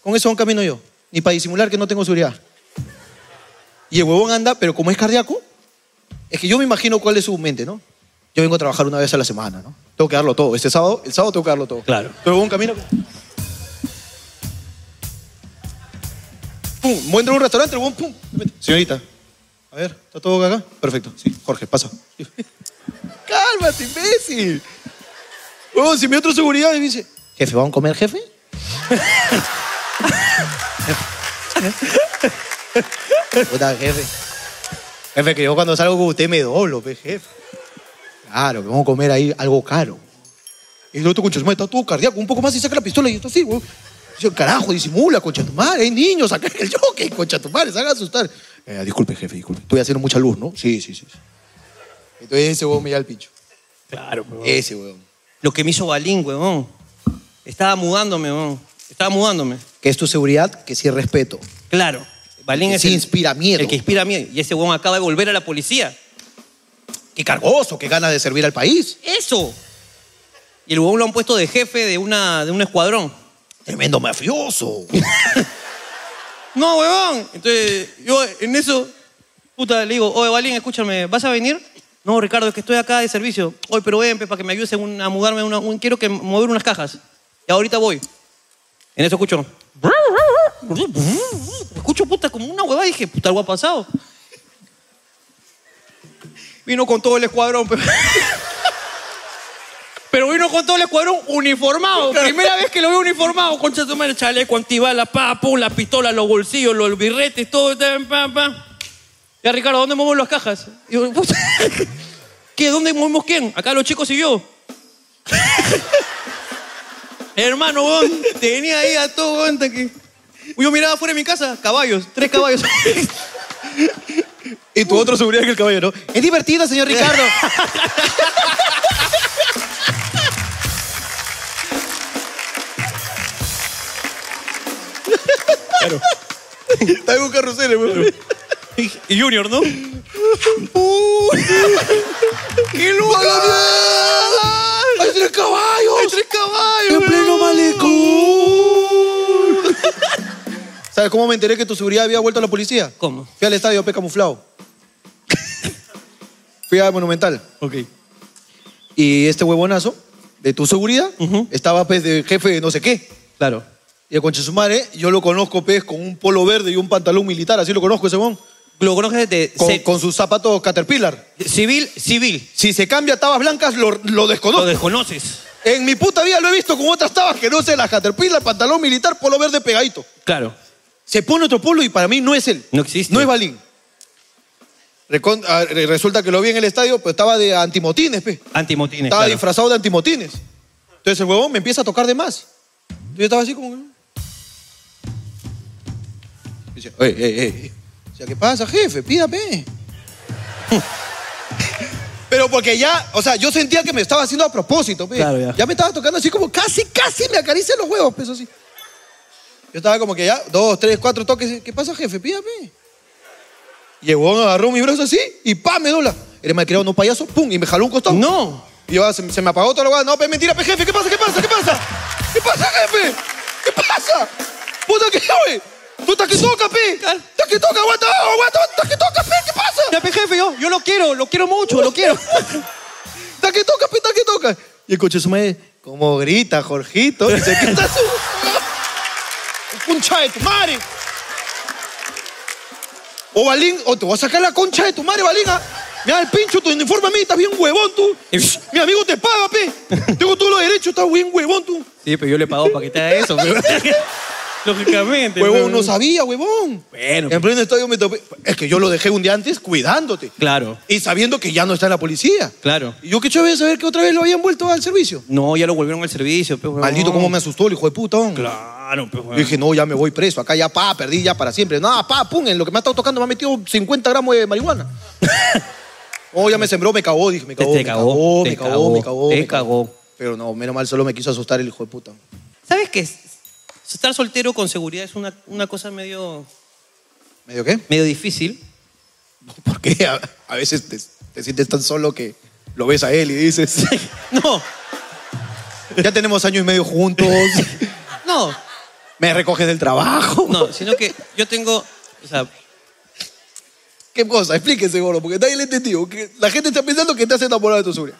Con eso aún camino yo. Ni para disimular que no tengo seguridad. Y el huevón anda, pero como es cardíaco, es que yo me imagino cuál es su mente, ¿no? Yo vengo a trabajar una vez a la semana, ¿no? Tengo que darlo todo. Este sábado, el sábado tengo que darlo todo. Claro. Pero un camino. Pum, voy a entrar a un restaurante, el huevón, pum. se mete. Señorita, a ver, ¿está todo acá? Perfecto. Sí, Jorge, pasa. Cálmate, imbécil. Huevón, si mi otro seguridad me dice, jefe, ¿vamos a comer, jefe? Puta, jefe. Jefe, que yo cuando salgo con usted me doblo, pe, jefe. Claro, que vamos a comer ahí algo caro. Y el otro, concha, de su madre, está todo cardíaco, un poco más y saca la pistola y está así, güey. Dice, carajo, disimula, concha de tu madre, hay niños acá en el jockey, concha de tu madre, se haga asustar. Eh, disculpe, jefe, disculpe. Estoy haciendo mucha luz, ¿no? Sí, sí, sí. sí. Entonces ese huevón me da el pincho. Claro, huevón. Ese huevón. Lo que me hizo Balín, huevón. Estaba mudándome, huevón. Estaba mudándome. Que es tu seguridad, que sí respeto. Claro. Balín Que es sí el, inspira miedo. el que inspira miedo. Y ese huevón acaba de volver a la policía. Qué cargoso, qué ganas de servir al país. ¡Eso! Y el huevón lo han puesto de jefe de, una, de un escuadrón. Tremendo mafioso. No, huevón. Entonces, yo en eso, puta, le digo, oye, Balín, escúchame, ¿vas a venir? No, Ricardo, es que estoy acá de servicio. Oye, pero ven, pues, para que me ayudes en un- a mudarme, una- un- quiero que mover unas cajas. Y ahorita voy. En eso escucho. Escucho, puta, como una huevada. Dije, puta, algo ha pasado. Vino con todo el escuadrón. pe- Pero vino con todo el escuadrón uniformado. Primera vez que lo veo uniformado. Concha de su madre, chaleco, antibalas, pa, pum, la pistola, los bolsillos, los birretes, todo. tan, Pa, pa. Ya, Ricardo, ¿dónde movemos las cajas? Y yo, puta. ¿Qué? ¿Dónde movemos quién? Acá los chicos y yo. Hermano, weón, tenía ahí a todo, weón, hasta que... Yo miraba fuera de mi casa, caballos, tres caballos. Y tu otro seguridad que el caballero. Es divertido, señor Ricardo. Está en un carrusel, güey. y Junior, ¿no? ¡Qué lugar! ¡Hay tres caballos! ¡Hay tres caballos! ¡En pleno malecón! ¿Sabes cómo me enteré que tu seguridad había vuelto a la policía? ¿Cómo? Fui al estadio pe camuflado. Fui a Monumental. Ok. Y este huevonazo de tu seguridad Ujú. estaba pues de jefe de no sé qué. Claro. Y el conche su madre, yo lo conozco pues con un polo verde y un pantalón militar, así lo conozco ese huevón. Lo conoces de... Con, ce- con sus zapatos Caterpillar. Civil, civil. Si se cambia a tabas blancas, lo, lo desconozco. Lo desconoces. En mi puta vida lo he visto con otras tabas que no sé, las Caterpillar, pantalón militar, polo verde pegadito. Claro. Se pone otro polo y para mí no es él. No existe. No es Balín. Recon- ah, re- resulta que lo vi en el estadio, pero estaba de antimotines, pe. Antimotines. Estaba claro. disfrazado de antimotines. Entonces el huevón me empieza a tocar de más. Entonces Yo estaba así como. Y Dice, "Ey, ey, ey". O sea, ¿qué pasa, jefe? Pídame. Pero porque ya, o sea, yo sentía que me estaba haciendo a propósito, pe. Claro, ya. ya. me estaba tocando así como casi, casi me acaricia los huevos, peso así. Yo estaba como que ya, dos, tres, cuatro toques. ¿Qué pasa, jefe? Pídame. Y el huevón agarró mi brazo así y ¡pam! me dobla. Eres malcriado, no payaso, ¡pum! Y me jaló un costado. No. Y yo, ah, se, se me apagó toda la guada. No, pe, mentira, pe, jefe. ¿Qué pasa? ¿Qué pasa? ¿Qué pasa? ¿Qué pasa, jefe? ¿Qué pasa? Puta que güey. Tú estás que toca, pe. Estás que toca, aguanta, aguanta, estás que toca, pe. ¿Qué pasa? Ya, pe, jefe, yo, yo lo quiero, lo quiero mucho, lo quiero. Estás que toca, pe, estás que toca. Y el coche su madre, como grita, Jorgito. Dice, ¿qué estás? Concha de tu madre. O Balín, o te voy a sacar la concha de tu madre, Balín. ah. Mira el pincho, tu uniforme a mí, estás bien huevón tú. Mi amigo te paga, pe. Tengo todos los derechos, estás bien huevón tú. Sí, pero yo le pago para que te haga eso. pero- Lógicamente. Huevón, no sabía, huevón. Bueno, En pleno estadio me topé. Es que yo lo dejé un día antes cuidándote. Claro, Y sabiendo que ya no está la policía. claro. Y yo qué chévere saber que otra vez lo habían vuelto al servicio. No, ya lo volvieron al servicio. pe, huevón. Maldito, cómo me asustó el hijo de puta. hombre. Claro, pe, Yo huevón. dije, no, pues, ya me voy preso. Acá ya, pa, perdí ya para siempre. Nada, pa, pum, en lo que me ha estado tocando me ha metido 50 gramos de marihuana. oh, ya me sembró, me cagó, dije, me Te- cagó. te me cagó, cagó, te me cagó, cagó, me cagó. te me cagó. Pero no, menos mal, solo me quiso asustar el hijo de puta. ¿Sabes qué? Estar soltero con seguridad es una, una cosa medio, ¿Medio qué? medio difícil. Porque a, a veces te, te sientes tan solo que lo ves a él y dices, No, ya tenemos año y medio juntos, no, me recoges del trabajo. no, sino que yo tengo, o sea, ¿Qué cosa? Explíquese, gordo, porque nadie le entendió. Que la gente está pensando que te has enamorado de tu suria.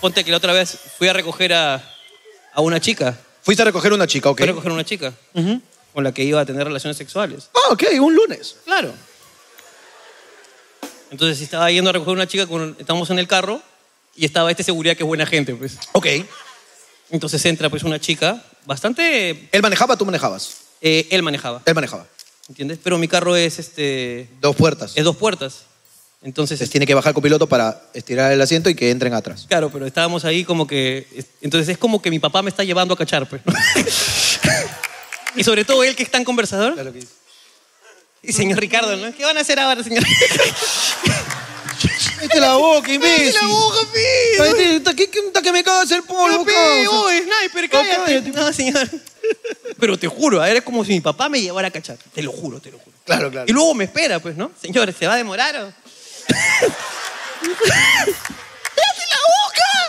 ponte que la otra vez fui a recoger a, a una chica. Fuiste a recoger una chica, ¿ok? Fui a recoger a una chica con la que iba a tener relaciones sexuales. Ah, ok, un lunes. Claro. Entonces si estaba yendo a recoger a una chica, con, estábamos en el carro y estaba este seguridad que es buena gente, pues. Ok. Entonces entra pues una chica, bastante, Él manejaba, tú manejabas. eh, él manejaba, Él manejaba. ¿entiendes? Pero mi carro es este, Dos puertas. es dos puertas. Entonces, Entonces tiene que bajar con piloto para estirar el asiento y que entren atrás. claro, pero estábamos ahí como que, es- entonces es como que mi papá me está llevando a cachar, pues. y sobre todo él que es tan conversador. Y señor Ricardo, ¿no? ¿Qué van a hacer ahora, señor? ¡Mete la boca, imbécil! la boca, pe! Cállate, está que- que- está que me cagas el polvo, ¡Cállate, causa. oye, sniper, cállate! No, señor. Pero te juro, era como si mi papá me llevara a cachar. Te lo juro, te lo juro. Claro, claro. Y luego me espera, pues, ¿no? Señores, ¿se va a demorar o?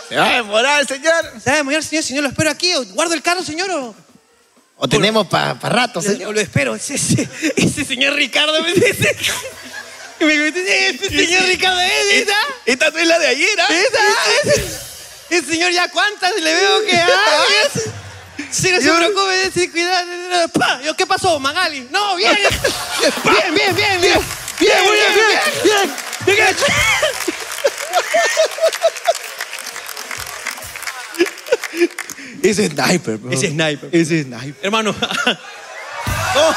¡Se va a demorar, señor! ¿Se va a demorar, señor? Señor, ¿lo espero aquí o guardo el carro, señor? O, O tenemos para rato, o lo espero. Ese, ese- ese señor Ricardo me dice... Me dice, este señor Ricardo es, ¿esa? Esta no es la de ayer, ¿ah? ¿Esa? Ese- Ese señor ya cuántas le veo que... ah, es- Si no se preocupe, decir, cuidado. pa. Yo, ¿Qué pasó, Magali? No, bien. Bien, bien, bien, bien. Bien, muy bien, bien, bien. Ese es sniper, bro. Ese es sniper. Ese es sniper. Hermano. Oh,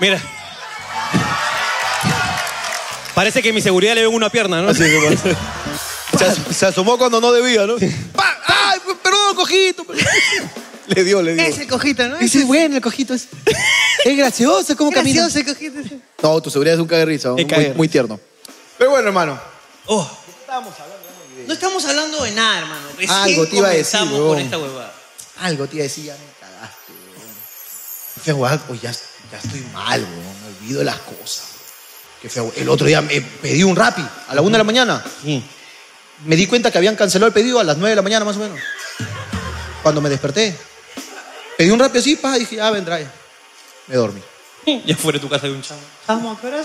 Mira. Parece que mi seguridad le ven una pierna, ¿no? Se, as- se asomó cuando no debía, ¿no? Pa- ¡Ay, pues, perdón, cojito! le dio, le dio. Ese cojito, ¿no? es bueno el cojito. Es, es gracioso, ¿cómo gracioso el cojito. ese. No, tu seguridad es un cagarrizo. Es Muy, cagarrizo. muy tierno. Pero bueno, hermano. Oh. No estamos hablando de nada, hermano. Recién Algo te iba a decir, comenzamos huevón. con esta huevada. Algo te iba a decir, ya me cagaste, weón. Qué fea huevada, o ya, ya estoy mal, weón. Me olvido de las cosas. Qué fea huevada. El otro día me pedí un rapi a la una de la mañana. Mm. Me di cuenta que habían cancelado el pedido a las nueve de la mañana, más o menos. Cuando me desperté. Pedí un rapi así, pa, dije, ah, vendrá ya. Me dormí. Ya fuera de tu casa de un chavo. Ah, pero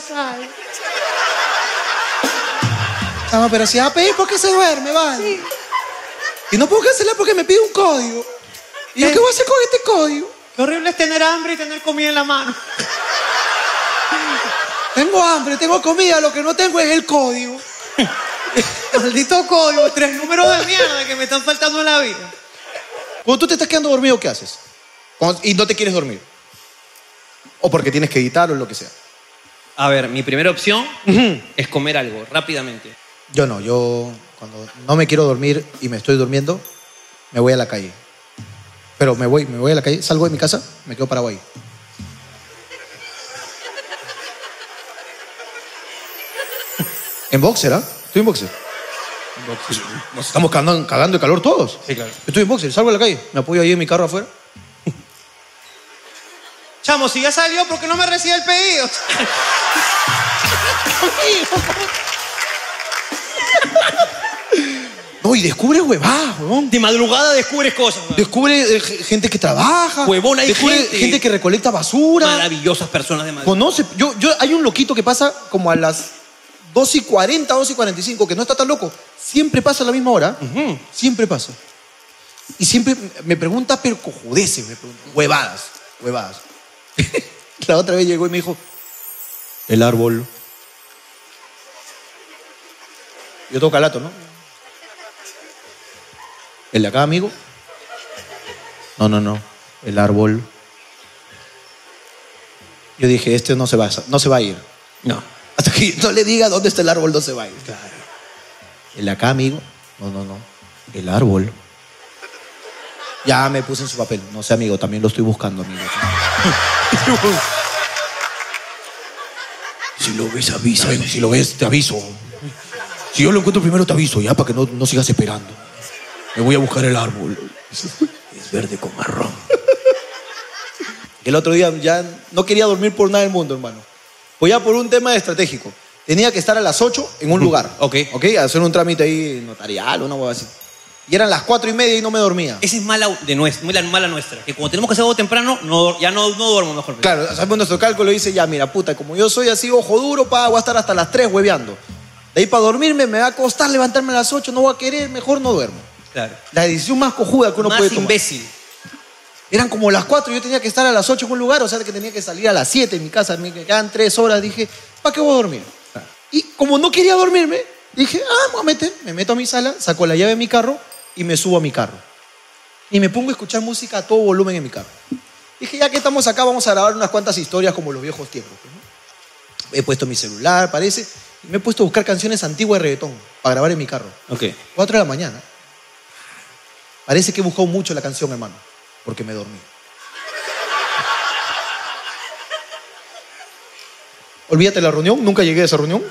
si va a pedir, ¿por qué se duerme, vale? Y no puedo cancelar porque me pide un código. ¿Y yo qué voy a hacer con este código? Qué horrible es tener hambre y tener comida en la mano. Tengo hambre, tengo comida, lo que no tengo es el código. Maldito colo, tres números de mierda que me están faltando en la vida. Cuando tú te estás quedando dormido, ¿qué haces? Cuando- y no te quieres dormir. O porque tienes que editar o lo que sea. A ver, mi primera opción es comer algo rápidamente. Yo no, yo cuando no me quiero dormir y me estoy durmiendo, me voy a la calle. Pero me voy, me voy a la calle, salgo de mi casa, me quedo parado ahí. En boxer, ¿ah? Estoy en boxer. Nos estamos cagando, cagando de calor todos. Sí, claro. Estoy en boxer, salgo a la calle, me apoyo ahí en mi carro afuera. Chamo, si ya salió, ¿por qué no me recibe el pedido? No, y descubre huevadas, huevón. De madrugada descubres cosas. man. Descubre eh, g- gente que trabaja. Huevón, hay descubre gente. que recolecta basura. Maravillosas personas de Madrid. Conoce. Yo, yo, hay un loquito que pasa como a las 2 y 40, 2 y 45, que no está tan loco. Siempre pasa a la misma hora. Siempre pasa. Y siempre me pregunta, pero cojudeces, me pregunta. Huevadas, huevadas. la otra vez llegó y me dijo, el árbol Yo toco calato, ¿no? ¿El de acá, amigo? No, no, no. El árbol. Yo dije, este no se va, a- no se va a ir. No. Hasta que no le diga dónde está el árbol, no se va a ir. Claro. El de acá, amigo. No, no, no. El árbol. Ya me puse en su papel. No sé, amigo, también lo estoy buscando, amigo. Si lo ves, avisa. Si lo ves, te aviso. Si yo lo encuentro primero, te aviso, ya, para que no, no sigas esperando. Me voy a buscar el árbol. Es verde con marrón. El otro día ya no quería dormir por nada del mundo, hermano. Pues ya por un tema estratégico. Tenía que estar a las 8 en un lugar. Ok. Ok, hacer un trámite ahí notarial, una hueá así. Y eran las 4 y media y no me dormía. Esa es mala de nuestra, muy la- mala nuestra. Que cuando tenemos que hacer algo temprano, no, ya no, no duermo mejor. Claro, hacemos nuestro cálculo y dice, ya, mira, puta, como yo soy así, ojo duro, pa, voy a estar hasta las 3 hueveando. De ahí para dormirme me va a costar levantarme a las 8, no voy a querer, mejor no duermo. Claro. La decisión más cojuda que uno Más puede tomar. imbécil. Eran como las 4, yo tenía que estar a las 8 en un lugar, o sea que tenía que salir a las 7 en mi casa, me quedaban 3 horas, dije, ¿para qué voy a dormir? Y como no quería dormirme, dije, ah, me voy a meter, me meto a mi sala, saco la llave de mi carro y me subo a mi carro. Y me pongo a escuchar música a todo volumen en mi carro. Dije, ya que estamos acá, vamos a grabar unas cuantas historias como los viejos tiempos. pues, ¿no? He puesto mi celular, parece, y me he puesto a buscar canciones antiguas de reggaetón para grabar en mi carro. Ok. 4 de la mañana. Parece que he buscado mucho la canción, hermano, porque me dormí. Olvídate de la reunión, nunca llegué a esa reunión.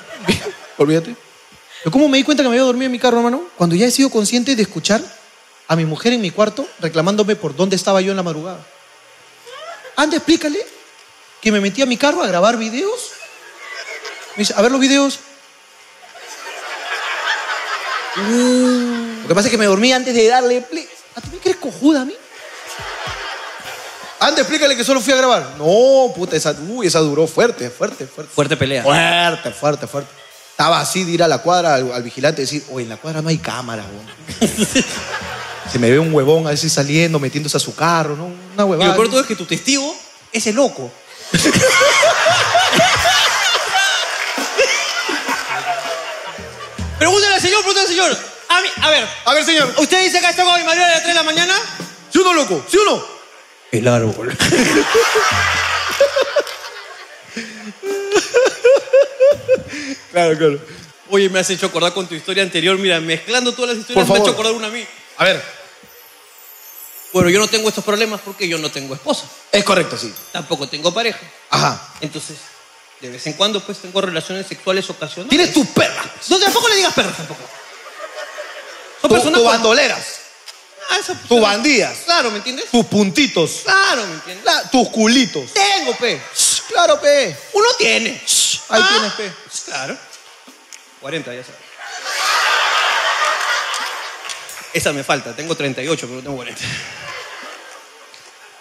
Olvídate. Pero ¿cómo me di cuenta que me había dormido en mi carro, hermano? Cuando ya he sido consciente de escuchar a mi mujer en mi cuarto reclamándome por dónde estaba yo en la madrugada. Anda, explícale que me metí a mi carro a grabar videos. Me dice, a ver los videos. Lo que pasa es que me dormí antes de darle play. ¿A tú me crees cojuda a mí? Antes explícale que solo fui a grabar. No, puta, esa, uy, esa duró fuerte, fuerte, fuerte. Fuerte pelea. Fuerte, fuerte, fuerte. Estaba así de ir a la cuadra al, al vigilante y decir, oye, en la cuadra no hay cámara, weón". Se me ve un huevón a veces saliendo, metiéndose a su carro, ¿no? Una Y huevada. lo peor de todo es que tu testigo, ese loco. pregúntale al señor, pregúntale al señor. A, mí, a ver, A ver, señor. ¿usted dice que ha estado con mi marido a las 3 de la mañana? ¿Sí o no, loco? ¿Sí o no? El árbol. claro, claro. Oye, me has hecho acordar con tu historia anterior. Mira, mezclando todas las Por historias, me has hecho favor. acordar una a mí. A ver, Bueno, yo no tengo estos problemas porque yo no tengo esposa. es correcto, sí. Tampoco tengo pareja. Ajá. Entonces, de vez en cuando, pues, tengo relaciones sexuales ocasionales. Tienes tus perras. No, tampoco le digas perro tampoco. Son Tus personas... tus con- bandoleras. Ah, esas Tus personas- bandidas. Claro, ¿me entiendes? Tus puntitos. Claro, ¿me entiendes? la- tus culitos. Tengo, pe. Shh, Claro, pe. Uno tiene. Ahí Ah. tienes, pe. Claro. 40, ya sabes. Esa me falta, tengo 38, pero no tengo 40.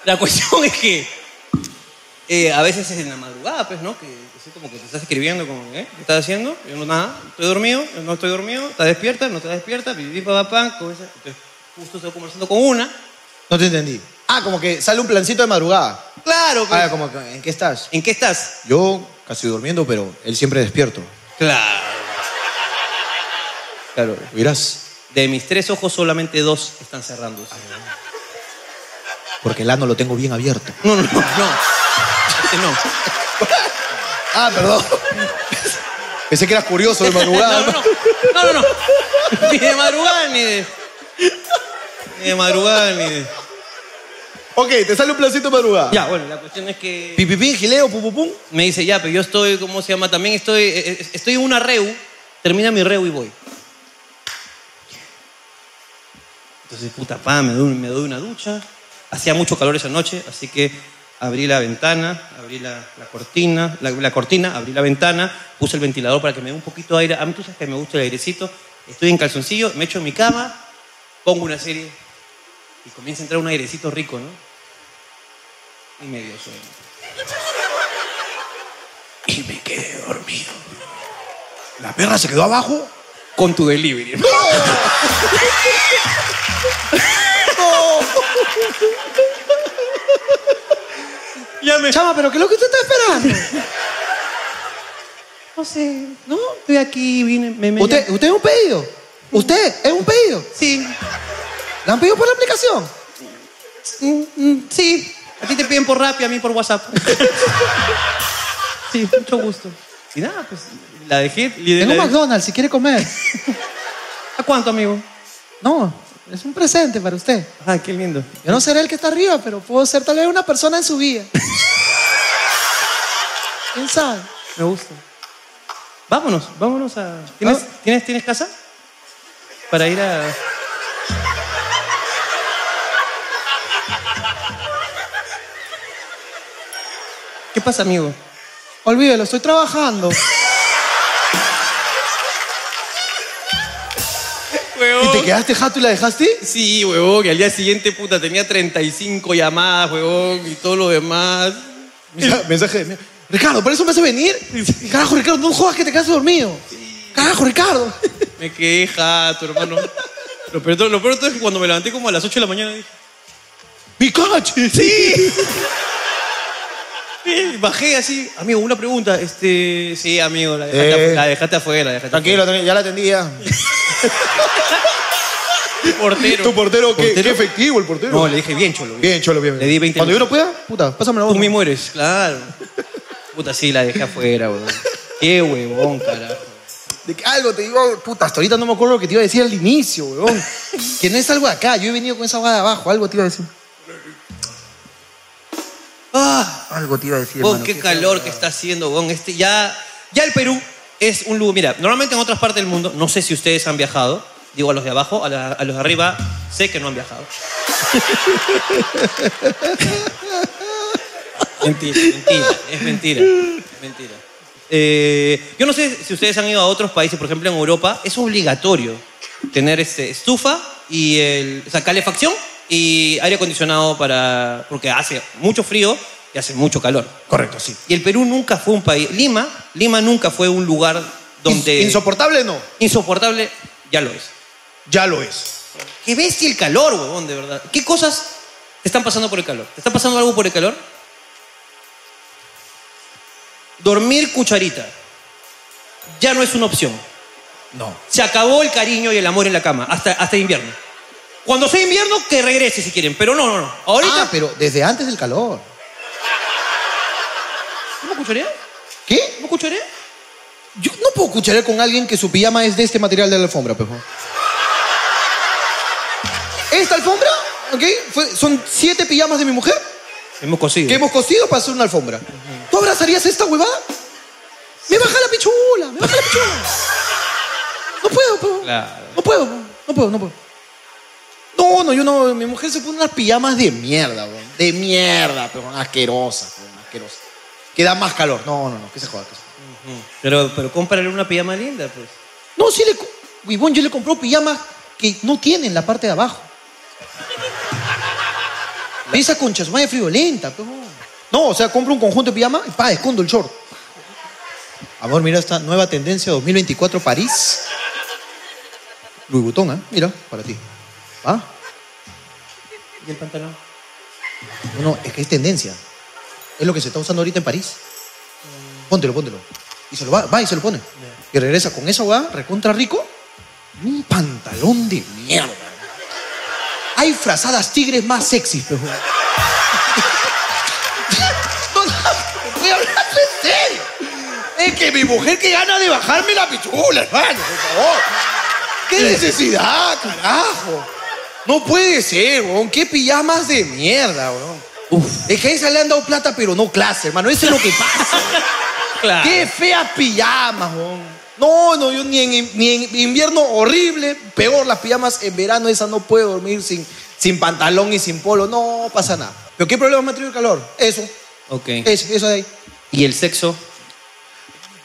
La cuestión es que eh, a veces es en la madrugada, pues, ¿no? Que, que sí, como que te estás escribiendo, como, ¿eh? ¿Qué estás haciendo? Yo no, nada, estoy dormido, yo no estoy dormido, estás despierta, no estás despierta, pipi, papá, pan, con esa. Entonces, justo estoy conversando con una. No te entendí. Ah, como que sale un plancito de madrugada. Claro, pues, Ah, como que, ¿en qué estás? ¿en qué estás? Yo casi durmiendo, pero él siempre despierto. Claro. Claro. Mirás, De mis tres ojos, solamente dos están cerrando. porque el ano lo tengo bien abierto. No, no, no, no. Este no. Ah, perdón. Pensé que eras curioso de madrugada. No, no, no, no, no, no. Ni de madrugada, ni de. Ni de madrugada, ni de. Ok, te sale un plancito de madrugada. Ya, bueno, la cuestión es que. Pipipín, gileo, pum, pum, pum. Me dice, ya, pero yo estoy, ¿cómo se llama? También estoy. eh, eh, Estoy en una reu, termina mi reu y voy. Entonces, puta pa, me doy, me doy una ducha. Hacía mucho calor esa noche, así que abrí la ventana, abrí la, la cortina, la, la cortina, abrí la ventana, puse el ventilador para que me dé un poquito de aire. A mí tú sabes que me gusta el airecito. Estoy en calzoncillo, me echo en mi cama, pongo una serie y comienza a entrar un airecito rico, ¿no? Y me dio sueño. Y me quedé dormido. La perra se quedó abajo. Con tu delivery. Ya me- Chama, pero ¿qué es lo que usted está esperando? No sé. No, estoy aquí, vine, me, me- ¿Usted, ¿Usted es un pedido? ¿Usted es un pedido? Sí, ¿La han pedido por la aplicación? mm, mm, sí. A ti te piden por Rappi, a mí por WhatsApp. sí, mucho gusto. Y nada, pues la dejé. y Tengo la- McDonald's si quiere comer. ¿A cuánto, amigo? No, es un presente para usted. Ah, qué lindo. Yo no seré el que está arriba, pero puedo ser tal vez una persona en su vida. ¿Quién sabe? Me gusta. Vámonos, vámonos a. ¿Tienes, Ah. ¿tienes, ¿tienes casa? Para ir a. ¿Qué pasa, amigo? Olvídelo, estoy trabajando. ¿Y te quedaste jato y la dejaste? Sí, huevón, y al día siguiente, puta, tenía 35 llamadas, huevón, y todo lo demás. Mensaje- Mensaje de mí. Ricardo, ¿por eso me hace venir? Carajo, Ricardo, no jodas que te quedas dormido. Carajo, Ricardo. Me quedé jato, hermano. Lo peor, de todo- lo peor de todo es que cuando me levanté como a las 8 de la mañana dije, ¡Mi coche! ¡Sí! eh, bajé así, amigo, una pregunta, este, sí, amigo, la dejaste, Eh. afu- la dejaste afuera, la dejaste Tranquilo, tranquilo, ya la atendía. afuera. portero. Tu portero, qué, Portero. qué efectivo el portero. No, le dije bien, cholo. bien. Bien, cholo, bien. Le di 20 Cuando yo no pueda, puta, pásame la voz. Tú mismo eres, pues, claro. Puta, sí, la dejé afuera, huevón. Qué huevón, carajo. De que algo te digo, puta, hasta ahorita no me acuerdo lo que te iba a decir al inicio, weón. que no es algo de acá, yo he venido con esa agua de abajo, algo te iba a decir. Ah, Algo te iba a decir, huevón, hermano. qué calor que está haciendo, huevón. Este, ya, ya el Perú es un lugar. Mira, normalmente en otras partes del mundo, no sé si ustedes han viajado. Digo a los de abajo, a, la- a los de arriba, sé que no han viajado. mentira, mentira, es mentira, es mentira. Eh, yo no sé si ustedes han ido a otros países, por ejemplo en Europa, es obligatorio tener este, estufa y el, o sea, calefacción y aire acondicionado para, porque hace mucho frío y hace mucho calor. Correcto, sí. Y el Perú nunca fue un país, Lima, Lima nunca fue un lugar donde Insoportable no, insoportable ya lo es. ya lo es. Qué bestia el calor, huevón, de verdad. ¿Qué cosas te están pasando por el calor? ¿Te está pasando algo por el calor? Dormir cucharita. Ya no es una opción. No. Se acabó el cariño y el amor en la cama, hasta, hasta invierno. Cuando sea invierno, que regrese si quieren, pero no, no, no. Ahorita, Ah, pero desde antes del calor. ¿cómo cuchareas? ¿Qué? ¿Cómo cuchareas? Yo no puedo cucharear con alguien que su pijama es de este material de la alfombra, pejo. Esta alfombra, ¿ok? fue- son siete pijamas de mi mujer Hemos cosido. que hemos cosido para hacer una alfombra. ¿Tú abrazarías esta huevada? Me baja la pichula, me baja la pichula. No puedo, pejo. Claro. No puedo, po. no puedo, no puedo. No, no, yo no. Mi mujer se pone unas pijamas de mierda, weón. De mierda, pero asquerosas, weón, asquerosas. Que da más calor. No, no, no, que se joda. Que se joda. Pero, pero cómprale una pijama linda, pues. No, sí le. co- Huevón, yo le compré pijamas que no tienen la parte de abajo. Esa concha, su madre friolenta, pero. No, o sea, compro un conjunto de pijama y pa, escondo el short. Amor, mira esta nueva tendencia 2024 París. Louis Vuitton, ¿eh? Mira, para ti. ¿Ah? ¿Y el pantalón? No, no, es que es tendencia. Es lo que se está usando ahorita en París. Póntelo, póntelo. Y se lo va, va y se lo pone. Y regresa con esa weá, recontra rico, y un pantalón de mierda. Hay frazadas tigres más sexys, pero. no, no, estoy hablando en serio. Es que mi mujer que gana de bajarme la pichula, hermano, por favor. ¡Qué Eh. necesidad, carajo! No puede ser, weón. Qué pijamas de mierda, weón. Es que a esa le han dado plata, pero no clase, hermano. Eso es lo que pasa. Claro. Qué feas pijamas, weón. No, no, yo ni en, ni en invierno horrible, peor las pijamas en verano, esa no puede dormir sin, sin pantalón y sin polo, no pasa nada. ¿Pero qué problema me ha traído el calor? Eso, Ok. eso, eso de ahí. ¿Y el sexo?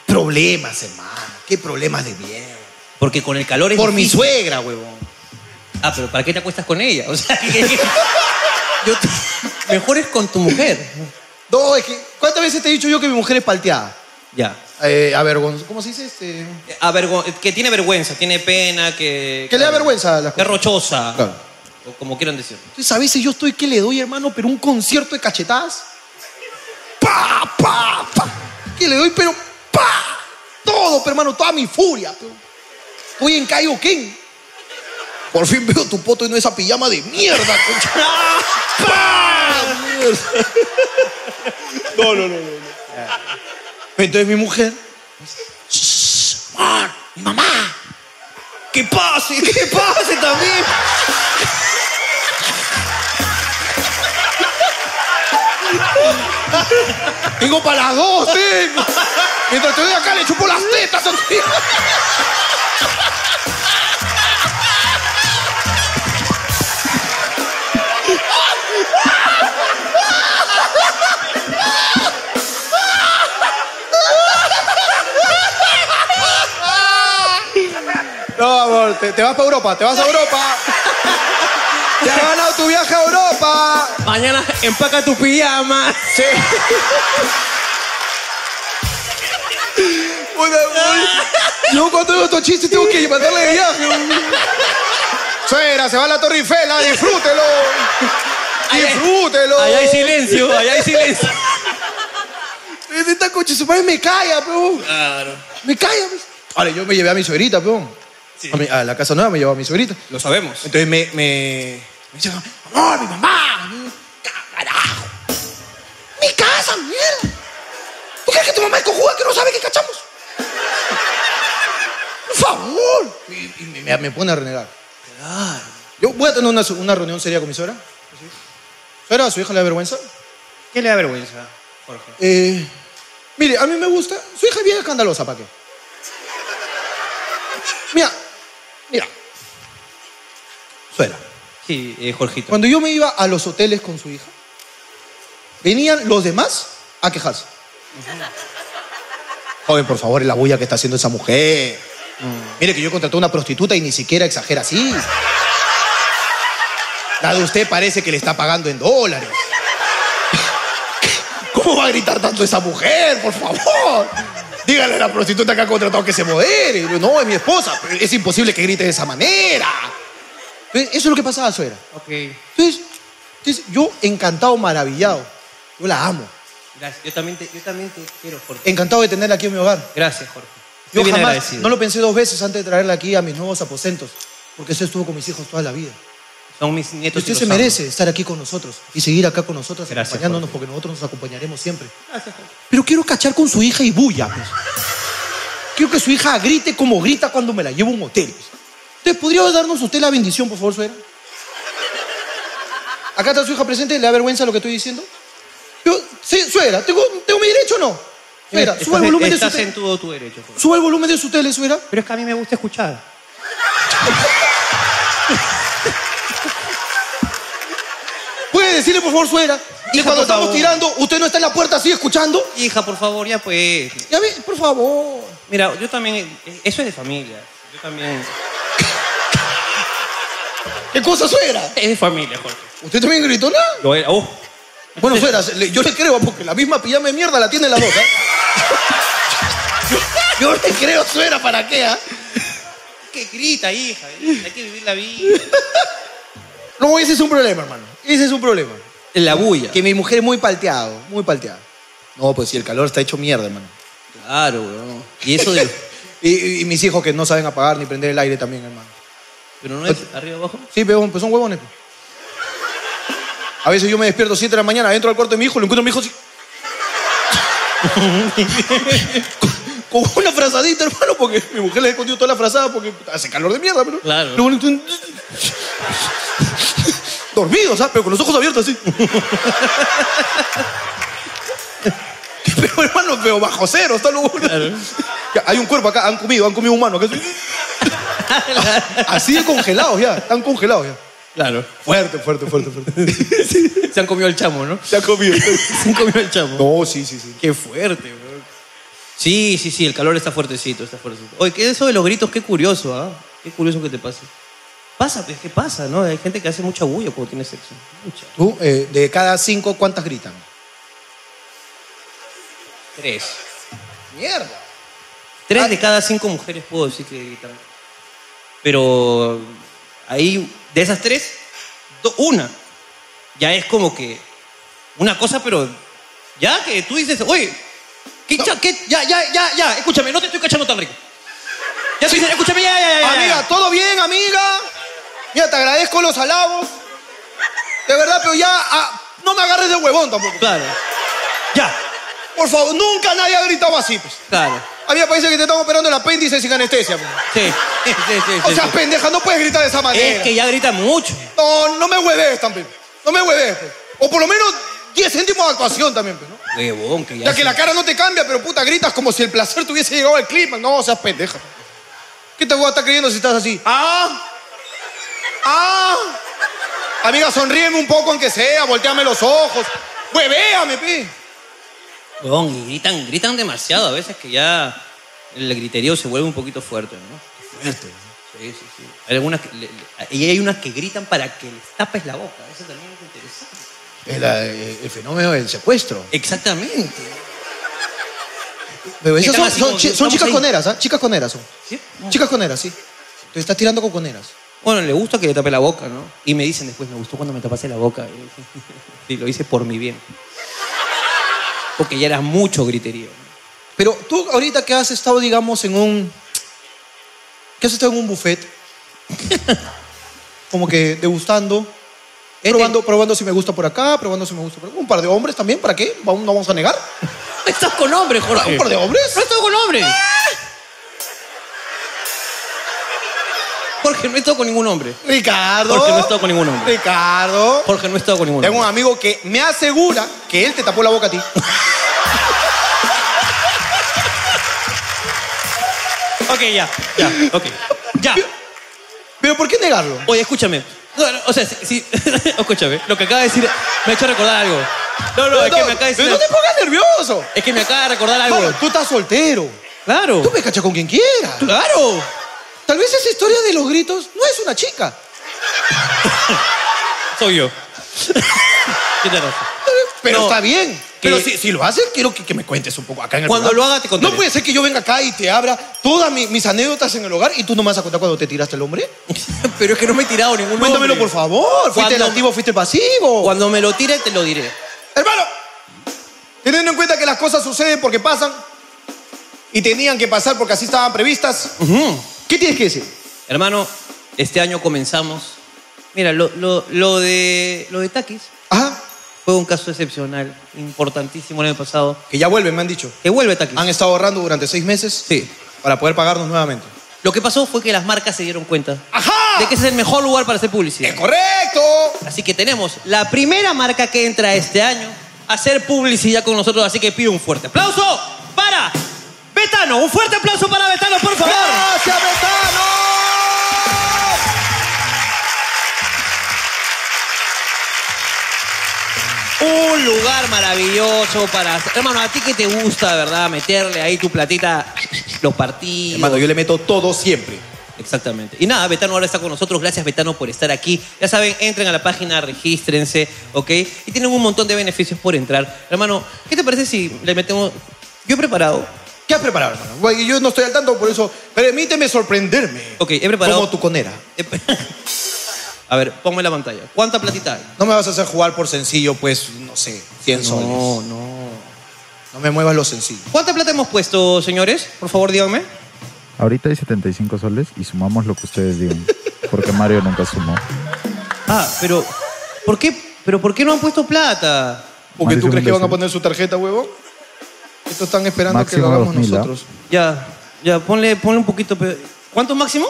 Problemas, hermano, qué problemas de mierda. Porque con el calor es Por mi difícil. suegra, huevón. Ah, pero ¿para qué te acuestas con ella? O sea, que- yo te- mejor es con tu mujer. No, es que, ¿cuántas veces te he dicho yo que mi mujer es palteada? Ya. Eh, avergonz- ¿Cómo se dice este? A vergo- Ah, que tiene vergüenza, tiene pena, que... Que le da vergüenza a las Que es rochosa. Claro. O como quieran decir. Entonces a veces yo estoy que le doy, hermano, pero un concierto de cachetadas. ¡Pa, pa, pa! Que le doy, pero ¡pa! todo, pero, hermano, toda mi furia. pero. Estoy en Cayo King. Por fin veo tu poto y no esa pijama de mierda, concha. ¡Ah! Mierda. No, no, no, no. no. Entonces mi mujer. "Shh, man, mi mamá. Que pase, que pase también. Tengo para las dos, tengo. Mientras te doy acá, le chupo las tetas a ti. No, amor, te, te vas para Europa, te vas a Europa. Te has ganado tu viaje a Europa. Mañana empaca tu pijama. Sí. Puta, voy. Yo cuando veo estos chistes tengo que mandarle de viaje. Suegra, se va a la Torre Eiffel, ah, disfrútelo. Disfrútelo. Allá hay silencio, allá hay silencio. Esta coche, su madre me calla, peón. Claro. Me calla. pues. Ahora, yo me llevé a mi suegrita, peón. A, mi- a la casa nueva me llevaba a mi suegrita. Lo sabemos. Entonces me, me, me dice, amor, mi mamá. Carajo. Mi casa, mierda. ¿Tú crees que tu mamá es cojuda que no sabe que cachamos? Por favor. Y, y me- me, me pone a renegar. Yo voy a tener una, su- una reunión seria con mi suegra. Sí. ¿Suegra, a su hija le da vergüenza? ¿Qué le da vergüenza, Jorge? Eh, mire, a mí me gusta. Su hija es bien escandalosa, ¿para qué? Mira, mira. Suena. Sí, eh, Jorgito. Cuando yo me iba a los hoteles con su hija, venían los demás a quejarse. Joven, por favor, la bulla que está haciendo esa mujer. Mire que yo contraté a una prostituta y ni siquiera exagera así. La de usted parece que le está pagando en dólares. ¿Cómo va a gritar tanto esa mujer? Por favor. Dígale a la prostituta que ha contratado que se modere. Y yo, No, es mi esposa. pero Es imposible que grite de esa manera. Entonces, Eso es lo que pasaba, suegra. Ok, Entonces, entonces, yo encantado, maravillado. Yo la amo. Gracias. Yo también te, yo también te quiero, Jorge. Encantado de tenerla aquí en mi hogar. Gracias, Jorge. Estoy Yo bien jamás agradecido. no lo pensé dos veces antes de traerla aquí a mis nuevos aposentos. Porque eso estuvo con mis hijos toda la vida. Son mis Y nietos. y usted los se amo. merece estar aquí con nosotros y seguir acá con nosotros Gracias, acompañándonos porque nosotros nos acompañaremos siempre. Pero quiero cachar con su hija y bulla. pues. Quiero que su hija grite como grita cuando me la llevo a un hotel. pues. Entonces, ¿podría darnos usted la bendición, por favor, suegra? Acá está su hija presente, ¿le da vergüenza lo que estoy diciendo? Yo, sí, suegra, ¿tengo, tengo mi derecho o no? Suegra, Estás- suba el volumen de su Estás en tele. todo tu derecho, Jorge. Suba el volumen de su tele, suegra. pero es que a mí me gusta escuchar. Puede decirle, por favor, suegra. Y Hija, cuando por estamos favor. tirando, usted no está en la puerta así escuchando. Hija, por favor, ya pues. Ya ve, por favor. Mira, yo también. eh, Eso es de familia. Yo también. ¿Qué cosa suegra? Es de familia, Jorge. ¿Usted también gritó nada? Yo era. ¡Oh! Bueno, suegra, se- le- yo le creo porque la misma pijama de mierda la tiene las dos, ¿eh? Yo, yo te creo, suegra, ¿para qué, ah? ¡Qué grita, hija! Hay que vivir la vida. No, ese es un problema, hermano. Ese es un problema. La bulla. Que mi mujer es muy palteado, muy palteada. No, pues si el calor está hecho mierda, hermano. Claro, weón. Y eso de. Y, y- y mis hijos que no saben apagar ni prender el aire también, hermano. Pero no es arriba abajo. Sí, peón, pues son huevones. pues. A veces yo me despierto 7 de la mañana, entro al cuarto de mi hijo, lo encuentro a mi hijo así. con, con una frazadita, hermano, porque mi mujer le escondió toda la frazada porque hace calor de mierda, pero. Claro. Luego le- Dormido, ¿sabes? ¿ah? Pero con los ojos abiertos así. pero hermano, pero bajo cero, está luego. Ya, Hay un cuerpo acá, han comido, han comido humano. acá así. Así de congelados ya, están congelados ya. Claro. Fuerte, fuerte, fuerte, fuerte. Se han comido el chamo, ¿no? Ya comido. Se han comido el chamo. No, sí, sí, sí. Qué fuerte, weón. Sí, sí, sí, el calor está fuertecito, está fuertecito. Oye, ¿qué es eso de los gritos? Qué curioso, ¿ah? Qué curioso que te pase. Pasa, pues, ¿qué pasa, no? Hay gente que hace mucha bulla cuando tiene sexo. Mucha. Tú, eh, de cada cinco, ¿cuántas gritan? Tres. Mierda. Tres de cada cinco mujeres puedo decir que gritan. Pero ahí, de esas tres, do- una ya es como que una cosa, pero ya que tú dices, oye, ¿Qué, cha- qué? Ya, ya, ya, ya. Escúchame, no te estoy cachando tan rico. Ya, sí, escúchame, ya, ya, ya, ya. Amiga, ¿todo bien, amiga? Mira, te agradezco los halagos. De verdad, pero ya ah, no me agarres de huevón tampoco. Claro. Ya. Por favor, nunca nadie ha gritado así. Pues. Claro. A mí me parece que te están operando el apéndice sin anestesia. pues. Sí, sí, sí, sí, O sea, sí. pendeja, no puedes gritar de esa manera. Es que ya grita mucho. No, no me hueves también. No me hueves. pues. O por lo menos 10 céntimos de actuación también. pues, ¿no? Huevón, que ya. Ya, que la cara no te cambia, pero puta, gritas como si el placer te hubiese llegado al clima. No, seas pendeja. ¿Qué te voy a estar creyendo si estás así? ¡Ah! ¡Ah! Amiga, sonríeme un poco aunque sea, volteame los ojos. ¡Huevéame, pi! Huevón, y gritan, gritan demasiado a veces que ya el griterío se vuelve un poquito fuerte, ¿no? Fuerte. Sí, sí, sí. Hay algunas que, le- le- y hay unas que gritan para que les tapes la boca. Eso también es interesante. El, eh, el fenómeno del secuestro. Exactamente. Pero esas Están son, así son como- chi- son estamos chicas ahí. coneras, ¿ah? Chicas coneras son. ¿Sí? Chicas coneras, sí. Te estás tirando con coneras. Bueno, le gusta que le tape la boca, ¿no? Y me dicen después, me gustó cuando me tapaste la boca. Y yo dije, sí, lo hice por mi bien. Porque ya era mucho griterío. Pero tú ahorita que has estado, digamos, en un... que has estado en un buffet, como que degustando, Este- probando, probando si me gusta por acá, probando si me gusta por acá. Un par de hombres también, ¿para qué? Va- No vamos a negar. Estás con hombres, Jorge. ¿Un par de hombres? No estoy con hombre. Jorge, no he estado con ningún hombre. Ricardo. Jorge, no he estado con ningún hombre. Ricardo. Jorge, no he estado con ningún Tengo un hombre. amigo que me asegura que él te tapó la boca a ti. Ok, ya, ya, ok. Ya. Pero ¿por qué negarlo? Oye, escúchame. No, no, o sea, sí, sí, escúchame. Lo que acaba de decir me ha hecho recordar algo. No, no, es que me acaba de decir. pero no te pongas nervioso. Es que me acaba de recordar algo. Mano, tú estás soltero. Claro. Tú me cachas con quien quieras. Claro. Tal vez esa historia de los gritos no es una chica. Soy yo. ¿Qué te pasa? Pero No, está bien. Pero que- si, si lo haces, quiero que, que me cuentes un poco acá en el Cuando programa. lo haga, te contaré. No pues. puede ser que yo venga acá y te abra todas mi- mis anécdotas en el hogar y tú no me vas a contar cuando te tiraste el hombre. Pero es que no me he tirado ningún Cuéntamelo, nombre. por favor. ¿Fuiste el Cuando- activo, fuiste el pasivo? Cuando me lo tire, te lo diré. Hermano, teniendo en cuenta que las cosas suceden porque pasan y tenían que pasar porque así estaban previstas, ¿qué tienes que decir? Hermano, este año comenzamos. Mira, lo, lo- lo de, lo de Takis Ajá. fue un caso excepcional, importantísimo el año pasado. Que ya vuelven, me han dicho. Que vuelve Takis. Han estado ahorrando durante seis meses Sí. para poder pagarnos nuevamente. Lo que pasó fue que las marcas se dieron cuenta ¡Ajá! de que ese es el mejor lugar para hacer ¡Es publicidad. correcto! Así que tenemos la primera marca que entra este año a hacer publicidad con nosotros. Así que pido un fuerte aplauso para Betano. Un fuerte aplauso para Betano, por favor. ¡Gracias, Betano! Un lugar maravilloso para... Hermano, a ti que te gusta, ¿verdad? Meterle ahí tu platita, los partidos. Hermano, yo le meto todo siempre. Exactamente. Y nada, Betano ahora está con nosotros. Gracias, Betano, por estar aquí. Ya saben, entren a la página, regístrense, ¿ok? Y tienen un montón de beneficios por entrar. Hermano, ¿qué te parece si le metemos... Yo he preparado... ¿Qué has preparado, hermano? Bueno, Yo no estoy al tanto, por eso permíteme sorprenderme. Ok, he preparado... Como tu conera. A ver, ponme la pantalla. ¿Cuánta platita hay? No me vas a hacer jugar por sencillo, pues, no sé, 100 No, soles. no. No me muevas lo sencillo. ¿Cuánta plata hemos puesto, señores? Por favor, díganme. Ahorita hay 75 soles y sumamos lo que ustedes digan. Porque Mario nunca sumó. Ah, pero... ¿Por qué? ¿Pero por qué no han puesto plata? Porque tú Máximo crees que van a imbécil. poner su tarjeta, huevo. Esto están esperando Máximo que lo hagamos 2000, ¿ah? nosotros. Ya, ya, ponle, ponle un poquito... pe- ¿Cuánto máximo?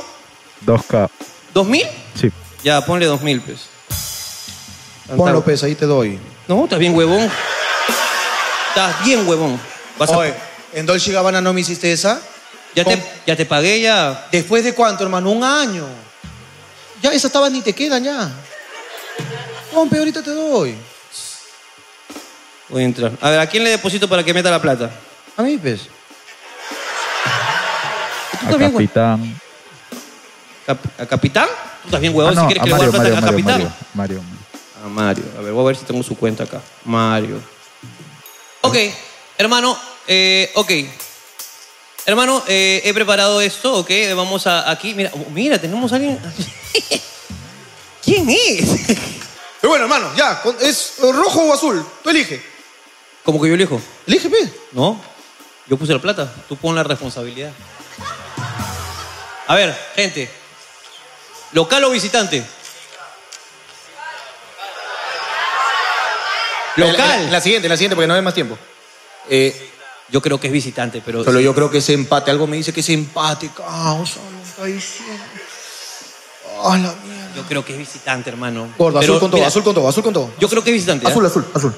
2K. ¿Dos mil? Sí. Ya, ponle dos mil, pues. Ponlo, pez, ahí te doy. No, estás bien huevón. Estás Ah, bien huevón. Vas a- Oye, en Dolce Gabbana no me hiciste esa. ya, con- te, ya te pagué, ya. ¿Después de cuánto, hermano? Un año. Ya esas tabas ni te quedan ya. Pompe, ahorita te doy. Voy a entrar. A ver, ¿a quién le deposito para que meta la plata? A mí, pues. ¿Tú A estás bien, huevón? Capitán. Cap- ¿A Capitán? ¿Tú estás bien Ah, huevón no, si a quieres que le Mario, guarde plata Mario, a Mario, Capitán? Mario, Mario. A Ah, Mario. A ver, voy a ver si tengo su cuenta acá. Mario. Ok, hermano, eh, ok. Hermano, eh, he preparado esto, ok. Vamos a aquí. Mira, oh, mira, tenemos a alguien. ¿Quién es? Pero bueno, hermano, ya. con- ¿Es rojo o azul? Tú elige. Como que yo elijo. Elige, pues. ¿No? Yo puse la plata, tú pon la responsabilidad. A ver, gente. ¿Local o visitante? Local. La, siguiente, la siguiente, porque no hay más tiempo. Eh, yo creo que es visitante, pero. Solo yo creo que ese empate, algo me dice que ese empate, causa, no está diciendo. Ah, la mierda. Yo creo que es visitante, hermano. Gordo, azul Pero, con todo, mira, azul con todo, azul con todo. Yo creo que es visitante. ¿ah? Azul, azul, azul.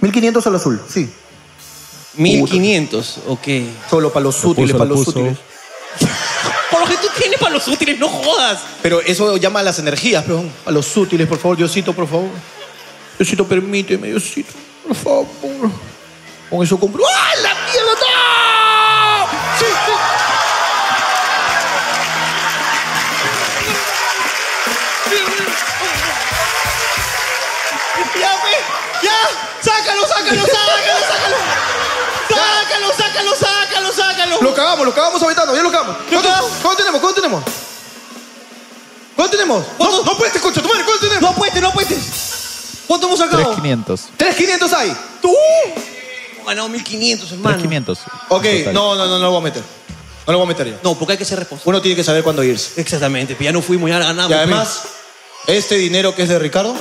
1500 al azul, sí. 1500, ok. Solo para los útiles, para los útiles. Por lo que tú tienes para los útiles, no jodas. Pero eso llama a las energías, perdón. A los útiles, por favor, Diosito, por favor. Diosito, permíteme, Diosito, por favor. Con eso compro. ¡Ah, la mierda! ¡No! ¡Sí, sí! ¡Ya, pe! ¡Ya! ¡Sácalo, sácalo, sácalo, sácalo! ¡Sácalo, sácalo, sácalo, sácalo! Lo cagamos, lo cagamos habitando, ya lo cagamos. ¿Cuánto, cuánto tenemos? ¿Cuánto tenemos? ¿Cuánto tenemos? No, no puestes, concha, tu madre, ¿cuánto tenemos? No apuestes, no apuestes. ¿Cuánto hemos sacado? 3500. 3.500 hay. ¡Tú! Hemos ganado 1500, hermano. 3500. Ok, Total. no, no, no, no lo voy a meter. No lo voy a meter ya. No, porque hay que ser responsable. Uno tiene que saber cuándo irse. Exactamente, pues ya no fuimos, ya ganamos. Y además, este dinero que es de Ricardo,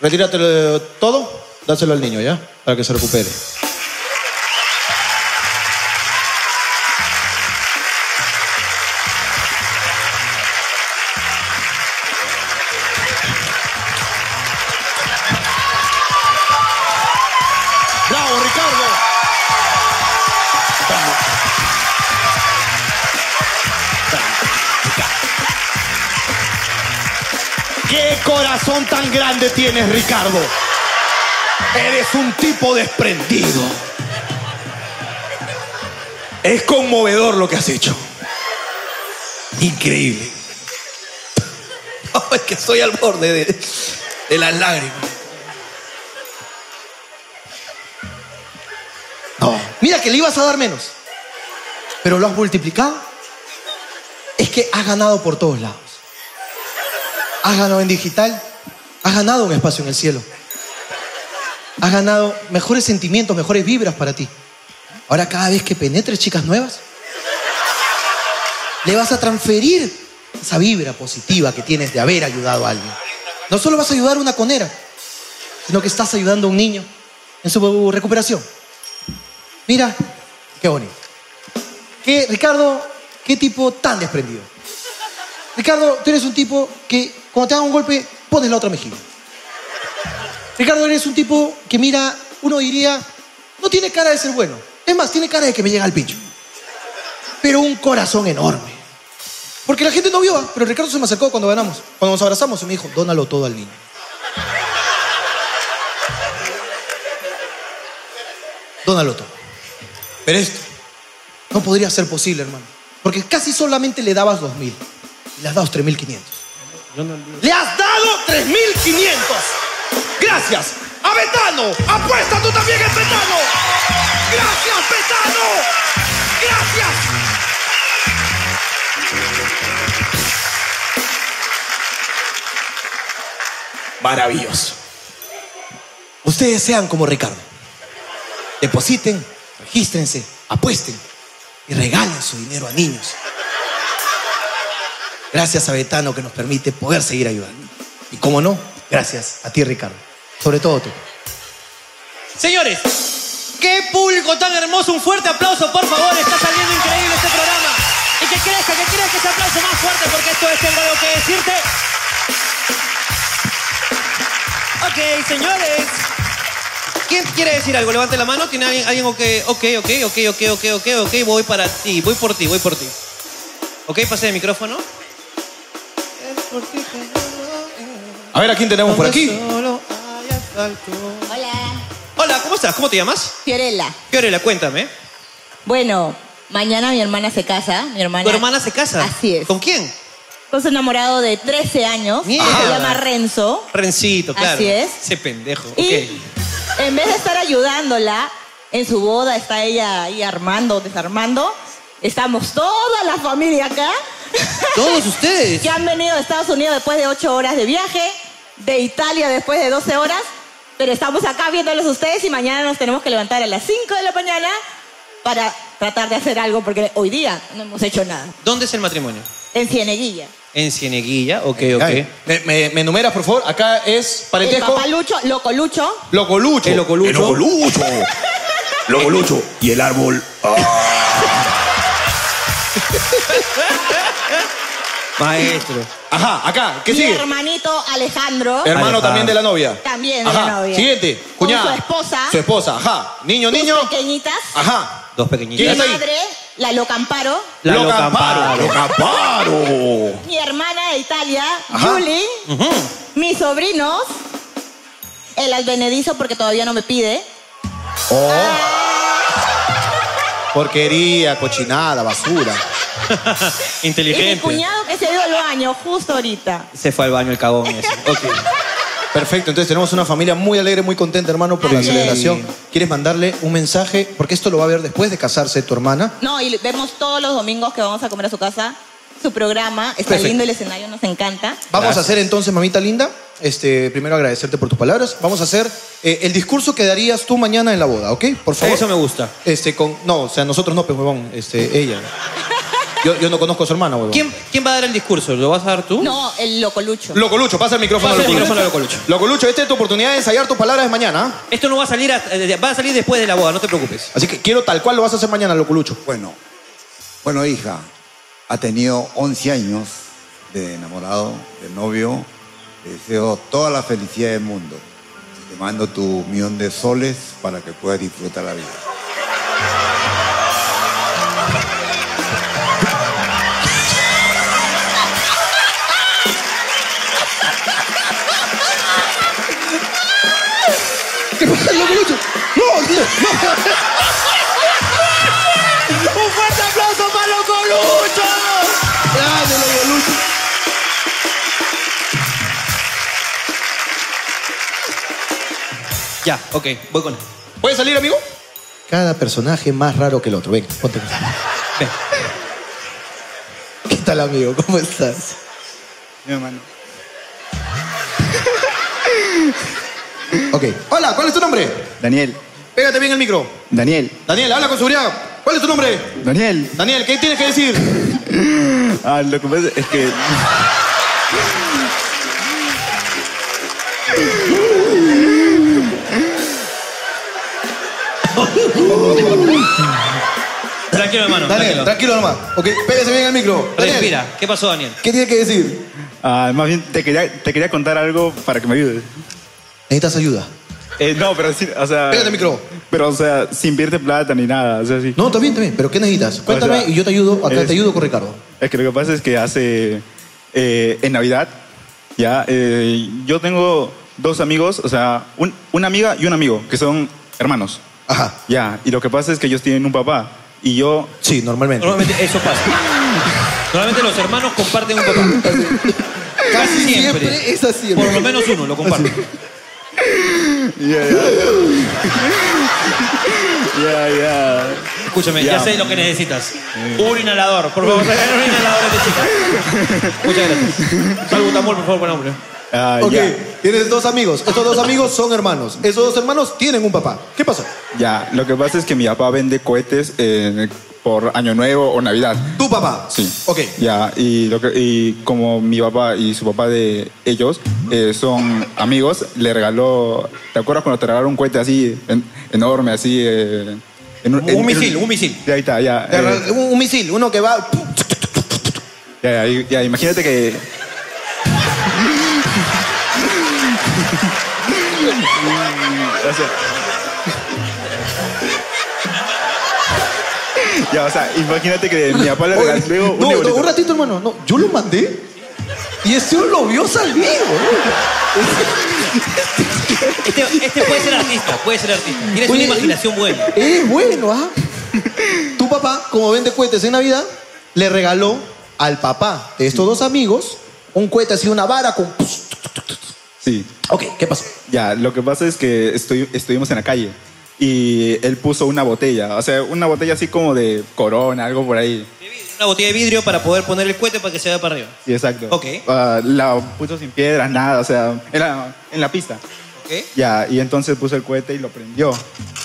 retíratelo de todo, dáselo al niño, ¿ya? Para que se recupere. ¡Bravo, Ricardo! ¡Qué corazón tan grande tienes, Ricardo! Eres un tipo desprendido. Es conmovedor lo que has hecho. Increíble. es que estoy al borde de, de las lágrimas. No. Mira que le ibas a dar menos. Pero lo has multiplicado. Es que has ganado por todos lados. Has ganado en digital. Has ganado un espacio en el cielo. Has ganado mejores sentimientos, mejores vibras para ti. Ahora cada vez que penetres chicas nuevas, le vas a transferir esa vibra positiva que tienes de haber ayudado a alguien. No solo vas a ayudar a una conera, sino que estás ayudando a un niño en su recuperación. Mira, qué bonito. ¿Qué, Ricardo, qué tipo tan desprendido. Ricardo, tú eres un tipo que cuando te dan un golpe, pones la otra mejilla. Ricardo, eres un tipo que mira, uno diría, no tiene cara de ser bueno. Es más, tiene cara de que me llega al pincho. Pero un corazón enorme. Porque la gente no vio, ah, pero Ricardo se me acercó cuando ganamos. Cuando nos abrazamos, y me dijo, dónalo todo al niño. Dónalo todo. Pero esto no podría ser posible, hermano. Porque casi solamente le dabas 2.000 y le has dado 3.500. ¡Le has dado 3.500! ¡Gracias! ¡A Betano! ¡Apuesta tú también en Betano! ¡Gracias, Betano! ¡Gracias! Maravilloso. Ustedes sean como Ricardo. Depositen, regístrense, apuesten y regalen su dinero a niños. Gracias a Betano que nos permite poder seguir ayudando. Y como no, gracias a ti, Ricardo. Sobre todo tú. Señores, qué público tan hermoso. Un fuerte aplauso, por favor. Está saliendo increíble este programa. Y que crezca, que crezca ese aplauso más fuerte porque esto es Tengo Algo que decirte. Ok, señores. ¿Quién quiere decir algo? Levante la mano. ¿Tiene alguien, alguien que... Ok, ok, ok, ok, ok, ok, ok. Voy para ti, voy por ti, voy por ti. Ok, pase el micrófono. A ver a quién tenemos por aquí. Hola. Hola, ¿cómo estás? ¿Cómo te llamas? Fiorella. Fiorella, cuéntame. Bueno, mañana mi hermana se casa. Mi hermana. ¿Tu hermana se casa? Así es. ¿Con quién? Con su enamorado de 13 años. que Mierda. Se llama Renzo. Rencito, claro. Así es. Ese pendejo. Y- Ok. En vez de estar ayudándola en su boda, está ella ahí armando, desarmando. Estamos toda la familia acá. Todos ustedes. Que han venido de Estados Unidos después de 8 horas de viaje, de Italia después de 12 horas. Pero estamos acá viéndolos ustedes y mañana nos tenemos que levantar a las 5 de la mañana para tratar de hacer algo porque hoy día no hemos hecho nada. ¿Dónde es el matrimonio? En Cieneguilla. En Cieneguilla, ok, Ay, ok. Me, me- me enumeras, por favor. Acá es El parentesco. papalucho, locolucho. Locolucho. El Locolucho. Locolucho. Y el árbol. Ah. Maestro. Ajá, acá. ¿Qué Mi sigue? hermanito Alejandro. Hermano también de la novia. También de Ajá. la novia. Siguiente. Con Cuñada. su esposa. Su esposa, ajá. Niño, tus niño. pequeñitas. Ajá. Dos Mi pequeñitas. madre, la Locamparo. La Locamparo. Locamparo. Mi hermana de Italia, Ajá. Julie. Mis sobrinos. El albenedizo porque todavía no me pide. Oh. Porquería, cochinada, basura. Y mi cuñado que se dio al baño justo ahorita. Se fue al baño el cagón ese. Perfecto, entonces tenemos una familia muy alegre, muy contenta, hermano, por la Así es. celebración. ¿Quieres mandarle un mensaje? Porque esto lo va a ver después de casarse tu hermana. No, y vemos todos los domingos que vamos a comer a su casa. Su programa está Perfecto. lindo, el escenario nos encanta. Vamos a hacer entonces, mamita linda, este, primero agradecerte por tus palabras. Vamos a hacer eh, el discurso que darías tú mañana en la boda, ¿ok? Por favor. Eso me gusta. Este, con, no, o sea, nosotros no, pues, huevón, este, ella. Yo, yo no conozco a su hermana, huevón. ¿Quién, quién va a dar el discurso? ¿Lo vas a dar tú? No, el locolucho. Locolucho, pasa el micrófono Pasa el Locolucho. micrófono a Locolucho. Locolucho, esta es tu oportunidad de ensayar tus palabras de mañana. ¿ah? Esto no va a salir, hasta- eh, va a salir después de la boda, no te preocupes. Así que quiero tal cual lo vas a hacer mañana, Locolucho. Bueno, bueno, hija, ha tenido 11 años de enamorado, de novio. Te deseo toda la felicidad del mundo. Te mando tu millón de soles para que puedas disfrutar la vida. ¿Qué pasa, Locolucho? No, tío, no. ¡Un fuerte aplauso para Locolucho! Grande, Locolucho. Ya, ok, voy con él. ¿Puede salir, amigo? Cada personaje más raro que el otro. Ven, ponte. Ven. ¿Qué tal, amigo? ¿Cómo estás? Mi hermano. Ok. Hola, ¿cuál es tu nombre? Daniel. Pégate bien el micro. Daniel. Daniel, habla con seguridad. ¿Cuál es tu nombre? Daniel. Daniel, ¿qué tienes que decir? Ah, lo que pasa es que. Tranquilo, hermano. Daniel, Tranquilo. tranquilo nomás. Ok, pégase bien el micro. Daniel, Respira. ¿Qué pasó, Daniel? ¿qué tienes que decir? Ah, más bien te quería, te quería contar algo para que me ayudes. Necesitas ayuda. Eh, no, pero sí, o sea. Pégate el micro. Pero, o sea, sin pedirte plata ni nada, o sea, sí. No, está bien, está bien. ¿Pero qué necesitas? Cuéntame y yo te ayudo. Acá eres- te ayudo con Ricardo. Es que lo que pasa es que hace. eh, en Navidad, ya. eh, yo tengo dos amigos, o sea, un- una amiga y un amigo, que son hermanos. Ajá. Ya. Y lo que pasa es que ellos tienen un papá. Y yo. Sí, normalmente. Normalmente eso pasa. Normalmente los hermanos comparten un papá. Casi siempre. es así. Por lo menos uno lo comparte. Ya, ya. Ya, ya. Escúchame, ya. Ya. sé lo que necesitas. Un inhalador, por favor. regala Un inhalador a esta chica. Muchas gracias. Salbutamol, por favor, buen hombre. Ah, Ok, ya. tienes dos amigos. Estos dos amigos son hermanos. Esos dos hermanos tienen un papá. ¿Qué pasa? Eh. Ya, lo que pasa es que mi papá vende cohetes eh, por Año Nuevo o Navidad. Tu papá. Sí. Ok. Ya, y, lo que- y como mi papá y su papá de ellos eh, son amigos, le regaló. ¿Te acuerdas cuando te regalaron un cohete así en- enorme, así? eh, en Un misil, un misil. Ya, ahí está, ya. eh, Un, un misil, uno que va. ¡pum! ya, ya, y- ya, imagínate que. O sea- Ya, o sea, imagínate que mi papá le regaló un No, no, Neolito. un ratito, hermano. No, yo lo mandé y ese lo vio salir. Este, este puede ser artista, puede ser artista. Tienes una Oye, imaginación buena. Es bueno, ¿ah? Tu papá, como vende cohetes en Navidad, le regaló al papá de estos dos amigos un cohete así, una vara con. Sí. Ok, ¿qué pasó? Ya, lo que pasa es que estoy- estuvimos en la calle y él puso una botella, o sea, una botella así como de corona, algo por ahí. Una botella de vidrio para poder poner el cohete para que se vea para arriba. Sí, exacto. Ok. Ah, la puso sin piedras, nada, o sea, en la, en la pista. Ok. Ya, y entonces puso el cohete y lo prendió.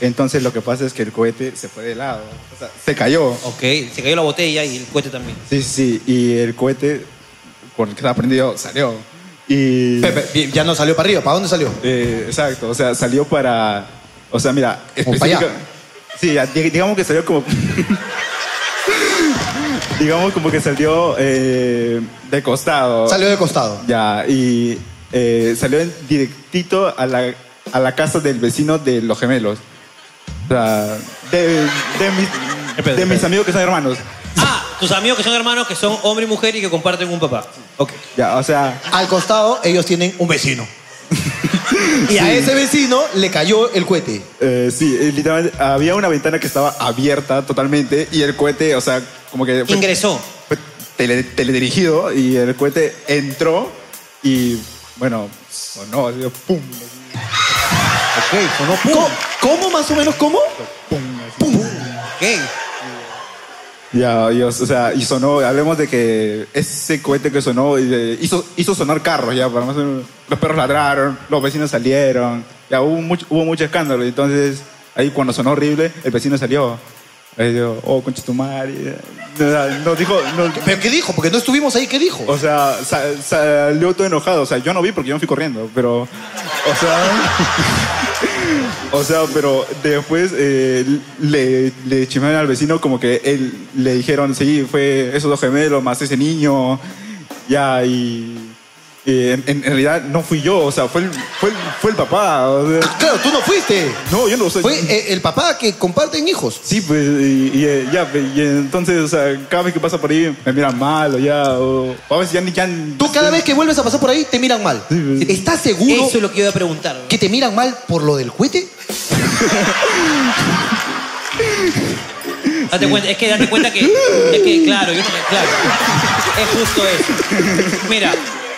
Entonces lo que pasa es que el cohete se fue de lado. O sea, se cayó. Ok, se cayó la botella y el cohete también. Sí, sí, sí. Y el cohete con el que estaba prendido salió. Y. Eh, ya no salió para arriba, ¿para dónde salió? exacto, o sea, salió para. O sea, mira, Como para allá. Sí, ya, dig- digamos que salió como. digamos como que salió eh, de costado. Salió de costado. Ya, y eh, salió en- directito a la, a la casa del vecino de los gemelos. O sea, de, de mis, de mis amigos que son hermanos. Tus amigos que son hermanos, que son hombre y mujer y que comparten un papá. Ok. Ya, o sea. Al costado, ellos tienen un vecino. y a ese vecino le cayó el cohete. Eh, sí, eh, literalmente había una ventana que estaba abierta totalmente y el cohete, o sea, como que... fue- Ingresó. Fue tele- teledirigido y el cohete entró y, bueno, sonó, así, pum. Ok, sonó pum. ¿Cómo, cómo más o menos cómo? ¿Qué? Ya, y, o sea, y sonó, hablemos de que ese cohete que sonó eh, hizo, hizo sonar carros, ya, para más o menos, los perros ladraron, los vecinos salieron, ya hubo mucho, hubo mucho escándalo, entonces ahí cuando sonó horrible, el vecino salió. Ahí dijo, oh, concha tu madre. O sea, Nos dijo... ¿Pero qué dijo? Porque no estuvimos ahí, ¿qué dijo? O sea, sa- salió todo enojado, o sea, yo no vi porque yo me fui corriendo, pero... O sea... O sea, pero después eh, le, le chismearon al vecino como que él le dijeron, sí, fue esos dos gemelos más ese niño, ya, y... y en, en realidad no fui yo, o sea, fue el, fue el, fue el papá. claro, tú no fuiste. No, yo no soy. Fue eh, el papá que comparten hijos. Sí, pues, y, y, eh, ya, pues, y entonces, o sea, cada vez que pasa por ahí me miran mal, o ya, o, o a veces ya ni... pues. Ya, Tú cada vez que vuelves a pasar por ahí, te miran mal. ¿Estás seguro? Eso es lo que yo iba a preguntar. ¿Que te miran mal por lo del cohete? Date cuenta, es que date cuenta que, es que, claro, yo no- claro, es justo eso. Mira,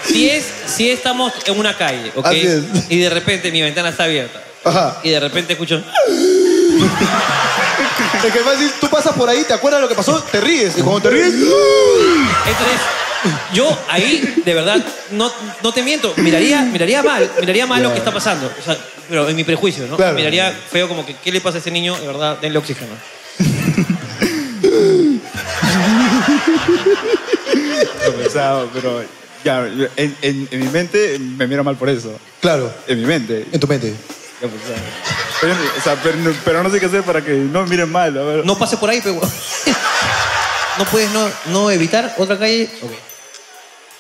si es, si estamos en una calle, ¿ok? Así es. Y de repente mi ventana está abierta. Y de repente escucho, Es que fácil, tú pasas por ahí, te acuerdas de lo que pasó, te ríes. Y cuando te ríes. ¡uh! entonces, yo ahí, de verdad, no, no te miento, miraría, miraría mal, miraría mal lo que está pasando. O sea, pero en mi prejuicio, ¿no? Claro. Miraría feo como que, ¿qué le pasa a ese niño? De verdad, denle oxígeno. O sea, pero ya, en, en- en mi mente me miro mal por eso. Claro. En mi mente. En tu mente. pero, o sea, pero no- pero no sé qué hacer para que no me miren mal. No pase por ahí, pero... No puedes no, no evitar otra calle. Ok.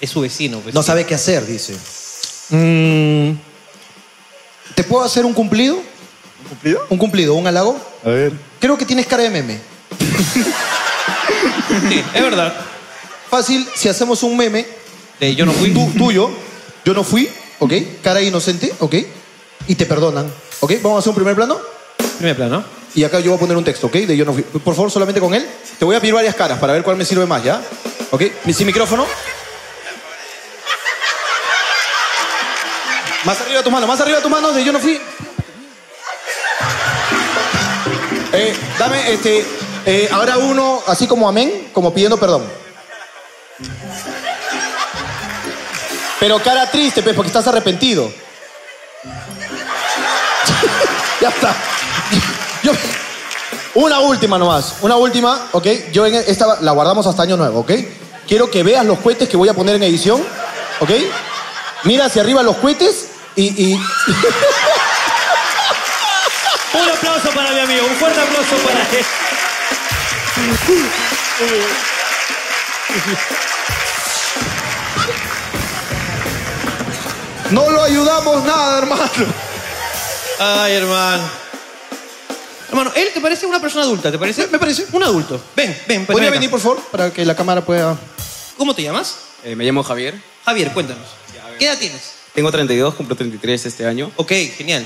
Es su vecino. pues. No sabe qué hacer, dice. Mm, ¿Te puedo hacer un cumplido? ¿Un cumplido? Un cumplido, un halago. A ver. Creo que tienes cara de meme. Sí, es verdad. Fácil, si hacemos un meme. De yo no fui. tuyo, yo no fui, ¿ok? Cara de inocente, ¿ok? Y te perdonan, ¿ok? Vamos a hacer un primer plano. Primer plano. Y acá yo voy a poner un texto, ¿ok? De yo no fui. Por favor, solamente con él. Te voy a pedir varias caras para ver cuál me sirve más, ¿ya? ¿Ok? Sin micrófono. Más arriba tu mano, más arriba tu mano de yo no fui. Eh, dame, este, eh, ahora uno, así como amén, como pidiendo perdón. Pero cara triste, pues, porque estás arrepentido. ya está. Yo- una última nomás, una última, ¿ok? Yo en esta la guardamos hasta año nuevo, ¿ok? Quiero que veas los cohetes que voy a poner en edición, ¿ok? Mira hacia arriba los cohetes y... y... Un aplauso para mi amigo, un fuerte aplauso para él. No lo ayudamos nada, hermano. Ay, hermano. Hermano, él te parece una persona adulta, ¿te parece? Me parece. Un adulto. Ven, ven. pues ¿Podría ven venir, acá. por favor, para que la cámara pueda... ¿Cómo te llamas? Eh, me llamo Javier, Javier, cuéntanos. ¿Qué edad tienes? tengo 32, cumplo 33 este año. Eh, Ok, genial.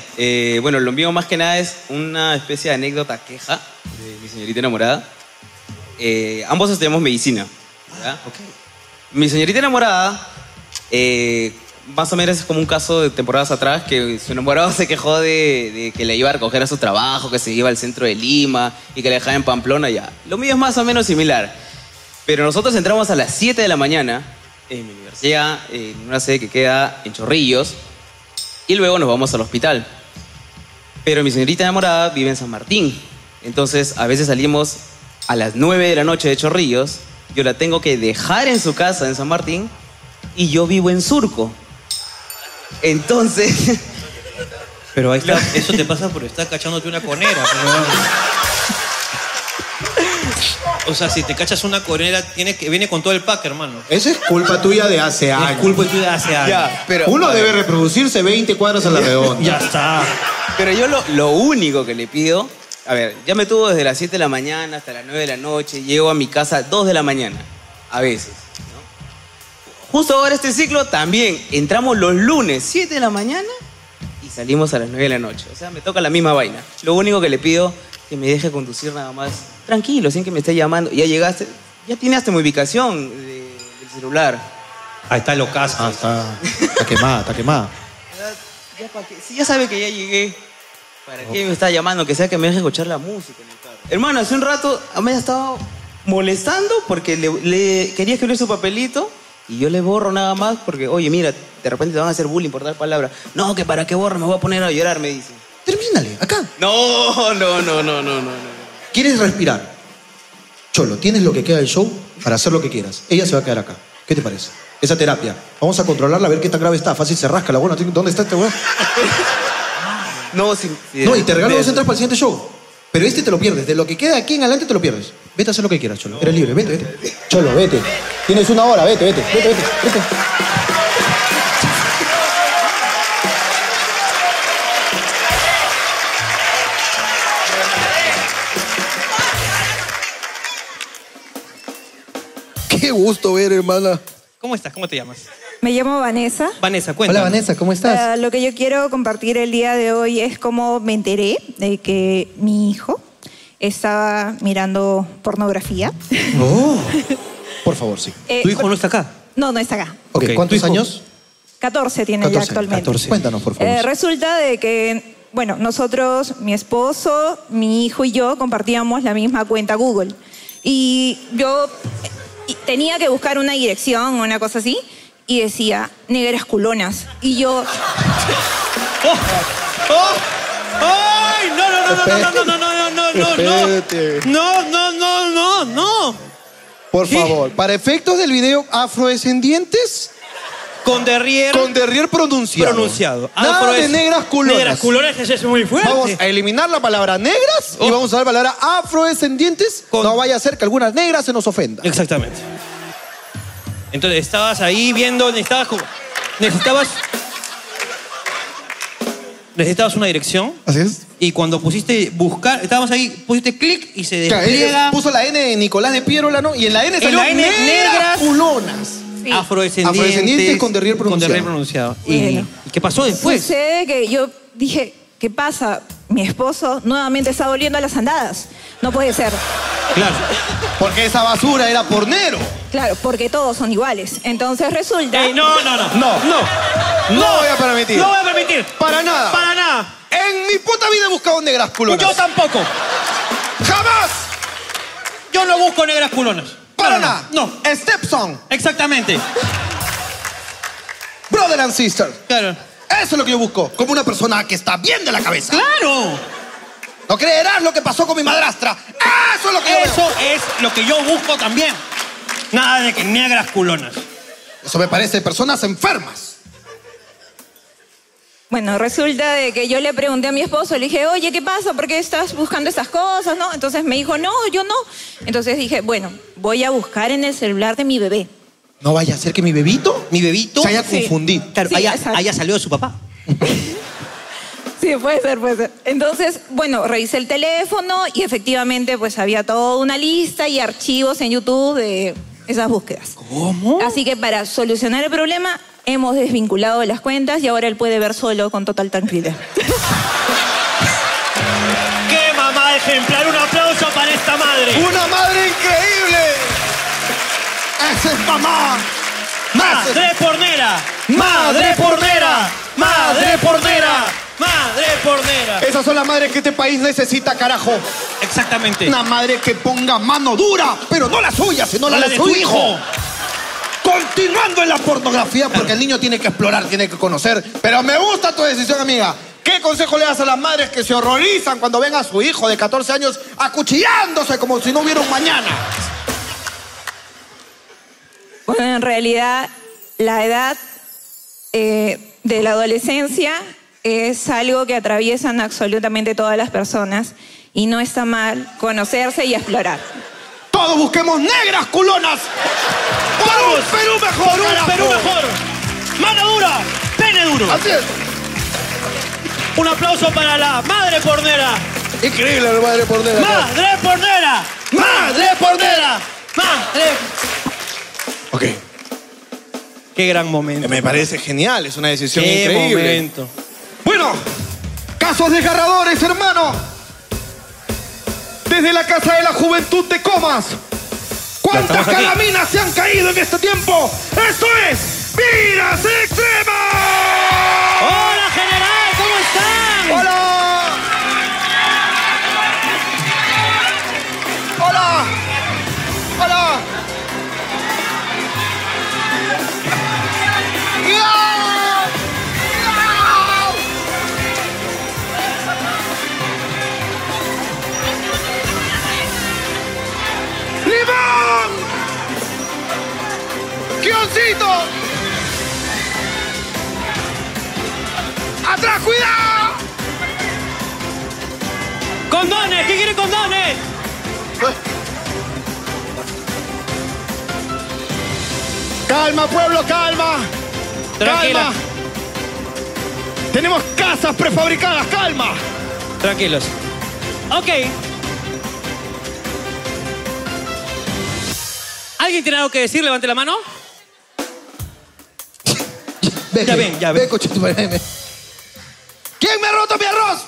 bueno, lo mío más que nada es una especie de anécdota queja de mi señorita enamorada. Eh, ambos estudiamos medicina. ¿ya? Mi señorita enamorada, eh, más o menos es como un caso de temporadas atrás que su enamorado se quejó de, de que le iba a recoger a su trabajo, que se iba al centro de Lima y que le dejaba en Pamplona ya. Lo mío es más o menos similar. Pero nosotros entramos a las eh, 7 de la mañana en mi universidad, en una sede que queda en Chorrillos. y luego nos vamos al hospital. Pero mi señorita enamorada vive en San Martín. Entonces, a veces salimos a las 9 de la noche de Chorrillos. Yo la tengo que dejar en su casa en San Martín y yo vivo en Surco. Entonces, Pero ahí está, eso te pasa por estar cachándote una pues, conera. pero- O sea, si te cachas una conera, tienes que, viene con todo el pack, hermano. Esa es culpa tuya de hace años. culpa tuya de hace años. Ya, pero- Uno vale. debe reproducirse 20 cuadras a la redonda. ya está. Pero yo lo, lo único que le pido, a ver, ya me tuvo desde las 7 de la mañana hasta las 9 de la noche, llego a mi casa a 2 de la mañana, a veces. ¿no? Justo ahora este ciclo también, entramos los lunes, 7 de la mañana, y salimos a las 9 de la noche. O sea, me toca la misma vaina. Lo único que le pido, que me deje conducir nada más, tranquilo, sin que me esté llamando. Ya llegaste, ya tiene hasta mi ubicación de- del celular. Ahí está lo casco. Ah, está, está quemada, está quemada. Ya pa' qué, si ya sabe que ya llegué, ¿para qué me está llamando? Que sea que me deje escuchar la música. en el carro. Hermano, hace un rato me ha estado molestando porque le, le quería escribir su papelito y yo le borro nada más porque, oye, mira, de repente te van a hacer bullying por tal palabra. No, que para qué borro, me voy a poner a llorar, me dice. Termínale, acá. Oh, No, no, no, no, no, no. ¿Quieres respirar? Cholo, tienes lo que queda del show para hacer lo que quieras. Ella se va a quedar acá. ¿Qué te parece? Esa terapia. Vamos a controlarla, a ver qué tan grave está. Fácil se rasca la buena. ¿Dónde está este weón? No, si, si- No, y te regalo de- dos entradas para el siguiente show. Pero este te lo pierdes. De lo que queda aquí en adelante te lo pierdes. Vete a hacer lo que quieras, Cholo. Eres libre. Vete, vete. Cholo, vete. Tienes una hora. Vete, vete. Vete, vete. vete. Qué gusto ver, hermana. ¿Cómo estás? ¿Cómo te llamas? Me llamo Vanessa. Vanessa, cuéntame. ¿cómo estás? lo que yo quiero compartir el día de hoy es cómo me enteré de que mi hijo estaba mirando pornografía. Oh. Por favor, sí. Eh, ¿Tu hijo no está acá? No, no está acá. Ok, ¿cuántos años? 14 tiene ya 14. actualmente. 14. Cuéntanos, por favor. Eh, resulta de que, bueno, nosotros, mi esposo, mi hijo y yo compartíamos la misma cuenta Google. Y yo eh, y tenía que buscar una dirección o una cosa así y decía, negras culonas. Y yo... ¡Ay! No, no, no, no, no, no, no, no, no, no, no. Espérate. No, no, no, no, no. Por favor, para efectos del video afrodescendientes. Con derrier. Con derrier pronunciado. Pronunciado. Nada de Afrodes- negras culonas. Negras culonas, eso es muy fuerte. Oh. Vamos a eliminar la palabra negras y vamos a la palabra afrodescendientes. No vaya a ser que algunas negras se nos ofenda. Exactamente. Entonces estabas ahí viendo, necesitabas como- necesitabas necesitabas una dirección. Así es. Y cuando pusiste buscar, estábamos ahí, pusiste clic y se Claro, él despliega eh, puso la N de Nicolás de Piérola, ¿no? Y en la N En salió la N, negras negras. culonas. afrodescendientes, Afrodescendientes con derrier con derrier pronunciado. ¿Y Bueno. ¿y qué pasó después? Sucede que yo dije, ¿qué pasa? Mi esposo nuevamente está volviendo a las andadas. No puede ser. Claro. Porque esa basura era pornero. Claro, porque todos son iguales. Entonces resulta... Ey, Eh, no, no, no. No. No. No voy a permitir. No voy a permitir. Para nada. Para nada. En mi puta vida he buscado negras culonas. Yo tampoco. ¡Jamás! Yo no busco negras culonas. Para nada. No. Stepson. Exactamente. Brother and sister. Claro. Eso es lo que yo busco. Como una persona que está bien de la cabeza. ¡Claro! No creerás lo que pasó con mi madrastra. Eso es lo que yo Eso es lo que yo busco también. Nada de que negras culonas. veo. Eso me parece personas enfermas. Bueno, resulta de que yo le pregunté a mi esposo, le dije, oye, ¿qué pasa? ¿Por qué estás buscando estas cosas? ¿No? Entonces me dijo, no, yo no. Entonces dije, bueno, voy a buscar en el celular de mi bebé. No vaya a ser que mi bebito Mi bebito. se haya Sí. confundido. Claro, Sí, haya, exacto. Ah, haya salido de su papá. Sí, puede ser, puede ser. Entonces, bueno, revisé el teléfono y efectivamente pues había toda una lista y archivos en YouTube de esas búsquedas. ¿Cómo? Así que para solucionar el problema hemos desvinculado las cuentas y ahora él puede ver solo con total tranquilidad. ¡Qué mamá ejemplar! ¡Un aplauso para esta madre! ¡Una madre increíble! ¡Esa es mamá! ¡Madre pornera! ¡Madre pornera! ¡Madre pornera! ¡Madre pornera! Esas son las madres que este país necesita, carajo. Exactamente. Una madre que ponga mano dura, pero no la suya, sino la, La de, de su tu hijo. hijo. Continuando en la pornografía, porque el niño tiene que explorar, tiene que conocer. Pero me gusta tu decisión, amiga. ¿Qué consejo le das a las madres que se horrorizan cuando ven a su hijo de 14 años acuchillándose como si no hubiera un mañana? Bueno, en realidad la edad eh, de la adolescencia es algo que atraviesan absolutamente todas las personas y no está mal conocerse y explorar. Todos busquemos negras culonas. ¡Por un Perú mejor! Por un Perú mejor. Mano dura, pene duro. Un aplauso para la madre pornera. Increíble la madre pornera. Madre pornera. Madre pornera. Madre. Ok. Qué gran momento. Me parece genial, es una decisión Qué increíble. momento. Bueno, casos desgarradores, hermano. Desde la Casa de la Juventud de Comas. ¿Cuántas estamos aquí. calaminas se han caído en este tiempo? ¡Esto es Vidas Extremas! ¡Hola, general! ¿Cómo están? ¡Hola! ¡Hola! ¡Hola! ¡Limón! ¡Guioncito! ¡Atrás, cuidado! ¡Condones! ¿Qué quiere condones? Calma, pueblo, calma. Tranquila. Calma. Tenemos casas prefabricadas, calma. Tranquilos. Ok. ¿Alguien tiene algo que decir? Levante la mano. ya ven, ya ven. ¿Quién me ha roto mi arroz?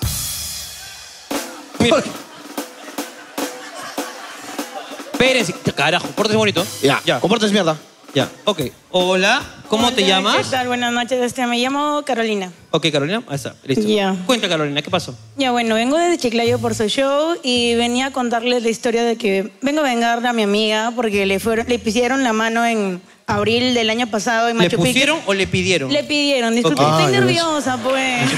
Espérense. Carajo, pórtese bonito. Ya, ya. Compórtense mierda. Ya. Ok. Hola, ¿cómo te Hola, llamas? ¿Qué tal? Buenas noches. Este, me llamo Carolina. Ok, Carolina. Ahí está. Listo. Ya. Cuenta, Carolina, ¿qué pasó? Ya bueno, vengo desde Chiclayo por su show y venía a contarles la historia de que vengo a vengar a mi amiga porque le fueron, le pusieron la mano en abril del año pasado en ¿Le Machu Picchu. pusieron o le pidieron? Le pidieron, disculpe, Ok. estoy Ah, ya ves. nerviosa, pues.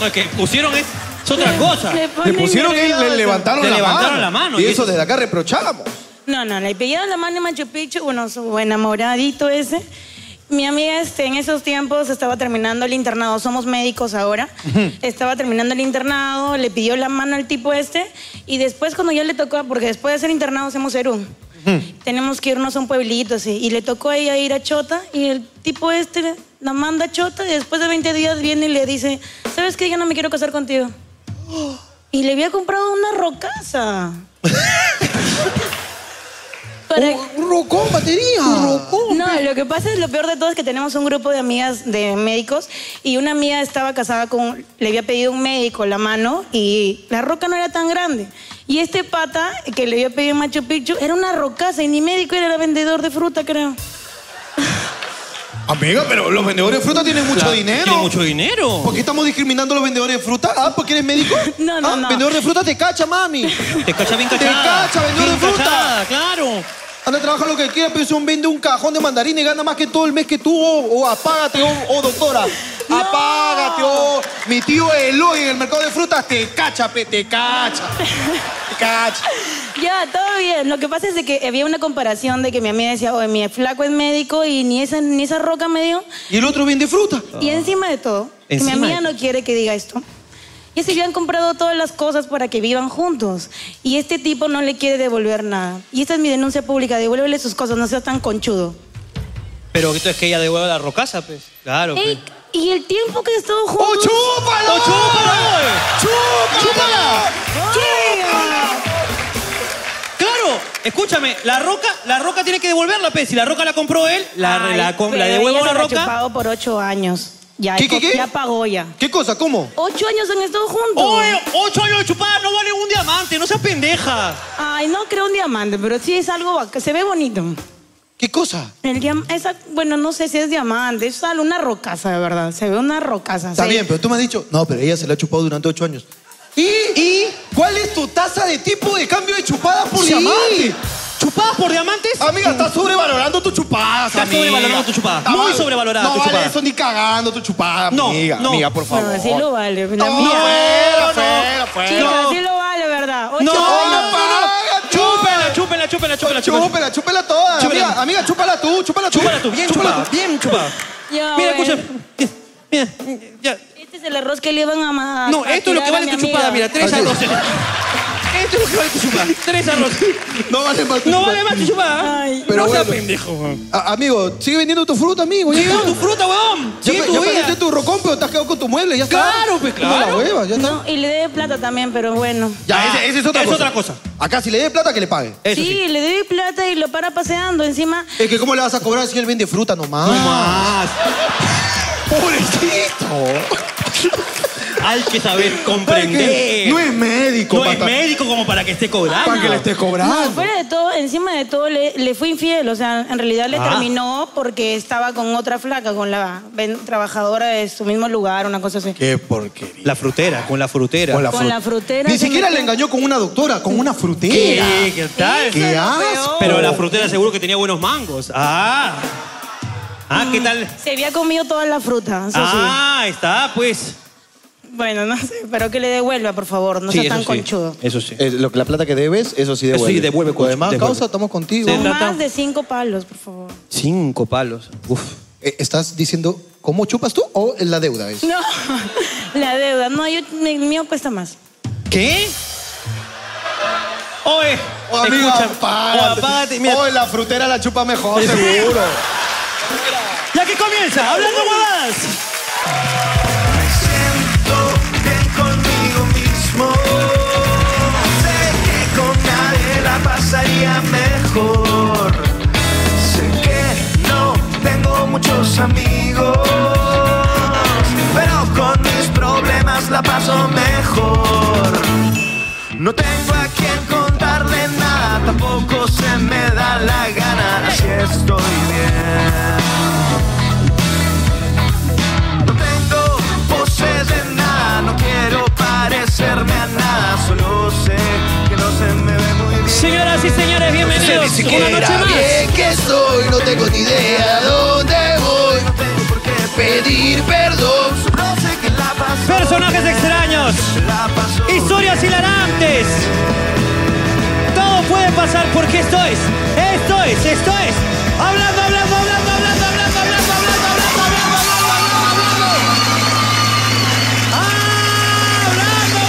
No, que pusieron es, es otra cosa. Le ponen nervioso. Le levantaron la mano. Y eso desde acá reprochamos. No, no, le pidieron la mano en Machu Picchu, bueno, su enamoradito ese. Mi amiga este, en esos tiempos estaba terminando el internado, somos médicos ahora. Estaba terminando el internado, le pidió la mano al tipo este y después cuando ya le tocó, porque después de ser internado hacemos serum, tenemos que irnos a un pueblito así y le tocó a ella ir a Chota y el tipo este la manda a Chota y después de 20 días viene y le dice, ¿sabes qué? Yo no me quiero casar contigo. Y le había comprado una rocaza. Un rocón, batería. No, lo que pasa es lo peor de todo es que tenemos un grupo de amigas de médicos y una amiga estaba casada con, le había pedido un médico la mano y la roca no era tan grande. Y este pata que le había pedido en Machu Picchu era una rocaza y ni médico era, era vendedor de fruta, creo. Amiga, pero los vendedores de fruta tienen mucho Claro, dinero. tienen mucho dinero. ¿Por qué estamos discriminando a los vendedores de fruta? Ah, porque eres médico. No, no, Vendedor de fruta te cacha, mami. Te cacha bien cachada. Te cacha, vendedor de Bien fruta. cachada, claro. Anda, trabaja lo que quieras, pero si un vende un cajón de mandarina y gana más que todo el mes que tú, o, o apágate, o, o, doctora. Apágate, o mi tío Eloy en el mercado de frutas te cacha, pe, te cacha. Te cacha. Ya, todo bien. Lo que pasa es de que había una comparación de que mi amiga decía, oye, mi flaco es médico y ni esa, ni esa roca me dio. Y el otro vende fruta. Y encima de todo, que mi Ah. Encima de amiga no quiere que diga esto. Y se habían comprado todas las cosas para que vivan juntos. Y este tipo no le quiere devolver nada. Y esta es mi denuncia pública, devuélvele sus cosas, no seas tan conchudo. Pero esto es que ella devuelve la rocaza, pues. Claro, pues. Ey, y el tiempo que he estado juntos... ¡Oh, chúpalo! ¡Oh, chúpalo! ¡Chúpala! Claro, escúchame, la roca, la roca tiene que devolverla, pues. Si la roca la compró él, la, Ay, la, com- la pero devuelvo ella a la se la ha roca. chupado por ocho años. Ya, ¿Qué, qué, qué? ya pagó ya. ¿Qué cosa? ¿Cómo? Ocho años han estado juntos. Oye, ocho años de chupada no vale un diamante, no seas pendeja. Ay, no creo un diamante, pero sí es algo bac- se ve bonito. ¿Qué cosa? El diam- esa, bueno, no sé si es diamante, es sal- una rocaza, de verdad. Se ve una rocaza. Está se- bien, pero tú me has dicho, no, pero ella se la ha chupado durante ocho años. ¿Y? ¿Cuál es tu tasa de tipo de cambio de chupada por Sí. diamante? ¿Chupadas por diamantes? Amiga, estás sobrevalorando tus chupadas, Estás amiga. sobrevalorando tu chupada. Está Muy mal- sobrevalorada no tu vale chupada. eso ni cagando tu chupada, No, amiga. no. Amiga, por favor. Bueno, sí lo vale. La No, mía. fuera, No. fuera, fuera. Chicas, pues, No. sí lo vale, ¿verdad? No, no, Chúpela, chúpela, chúpela, chúpela, chúpela. Chúpela, chúpela toda. Chúpela. Amiga, amiga, chúpala tú, chúpala tú. Chúpala tú, bien chupada, bien chupada. Ya, Mira, bueno. escucha. Mira, ya. Este es el arroz que le van a más. No, esto es lo que vale tu chupada, mira, tres arroces. Esto es lo que vale tu chupada, tres arroces. No vale más No vale más tu chupada. ¿eh? Pero no seas bueno. pendejo, weón. A- amigo, sigue vendiendo tu fruta, amigo. Sigue vendiendo tu fruta, weón. Ya, Sigue pe- tu ya vida. perdiste tu rocón, pero te has quedado con tu mueble, ya está. Claro, pues, Como claro. la hueva, ya está. No, y le debe plata también, pero bueno. Ya, ese- esa es otra es cosa. otra cosa. Acá, si le dé plata, que le pague. sí, le doy plata y lo para paseando. Encima, Es que, ¿cómo le vas a cobrar si él vende fruta nomás? más. Hay que saber comprender. Ay, que no es médico, No es pata- médico como para que esté cobrando. Para que le estés no, cobrando. fuera de todo, encima de todo, le, le fue infiel. O sea, en realidad le Ah. terminó porque estaba con otra flaca, con la ven- trabajadora de su mismo lugar, una cosa así. Qué porquería. La frutera, con la frutera. Con la Con la frutera. Ni se siquiera metió. le engañó con una doctora, con una frutera. ¿Qué? ¿Qué tal? ¡Qué asco! Pero la frutera seguro que tenía buenos mangos. Ah. Ah, ¿qué tal? Se había comido toda la fruta. eso Ah, está, pues. sí. Bueno, no sé, pero que le devuelva, por favor. No Sí, sea tan eso sí. conchudo. Eso sí. Es Eh, lo que- la plata que debes, eso sí devuelve. Eso sí devuelve, Lo demás, devuelve. causa, estamos contigo. Se Con trata- más de cinco palos, por favor. Cinco palos. Uf. Eh, ¿Estás diciendo cómo chupas tú o la deuda es? No, la deuda. No, yo, mi, mío cuesta más. ¿Qué? Oye, Oh, amigo, escucha. apágate. Oh, apágate, mira. Oh, la frutera la chupa mejor, seguro. Ya que comienza, hablando huevadas. bien conmigo mismo. Sé que con nadie la pasaría mejor. Sé que no tengo muchos amigos, pero con mis problemas la paso mejor. No tengo a quien contarle nada, tampoco se me da la gana, así estoy bien. No tengo poses de nada, no quiero parecerme a nada, solo sé que no se me ve muy bien. Señoras y señores, bienvenidos. Una noche más. que soy, no tengo ni idea dónde voy. No tengo por qué pedir perdón, solo sé que la paso Personajes bien, extraños. que la paso Historias bien. hilarantes. Todo puede pasar porque esto es, esto es, esto es. Hablando, hablando, hablando, hablando, hablando, hablando, hablando, hablando, hablando, hablando, hablando, hablando. Hablando,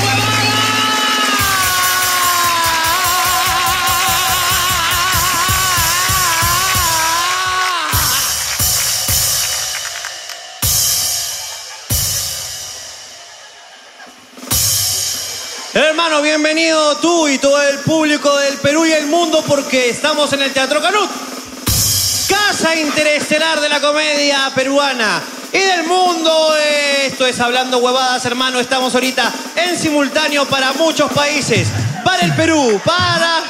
Hermano, bienvenido tú y todo el público del Perú y el mundo porque estamos en el Teatro Canut. Casa interestelar de la comedia peruana y del mundo. Esto es Hablando Huevadas, hermano. Estamos ahorita en simultáneo para muchos países. Para el Perú, para...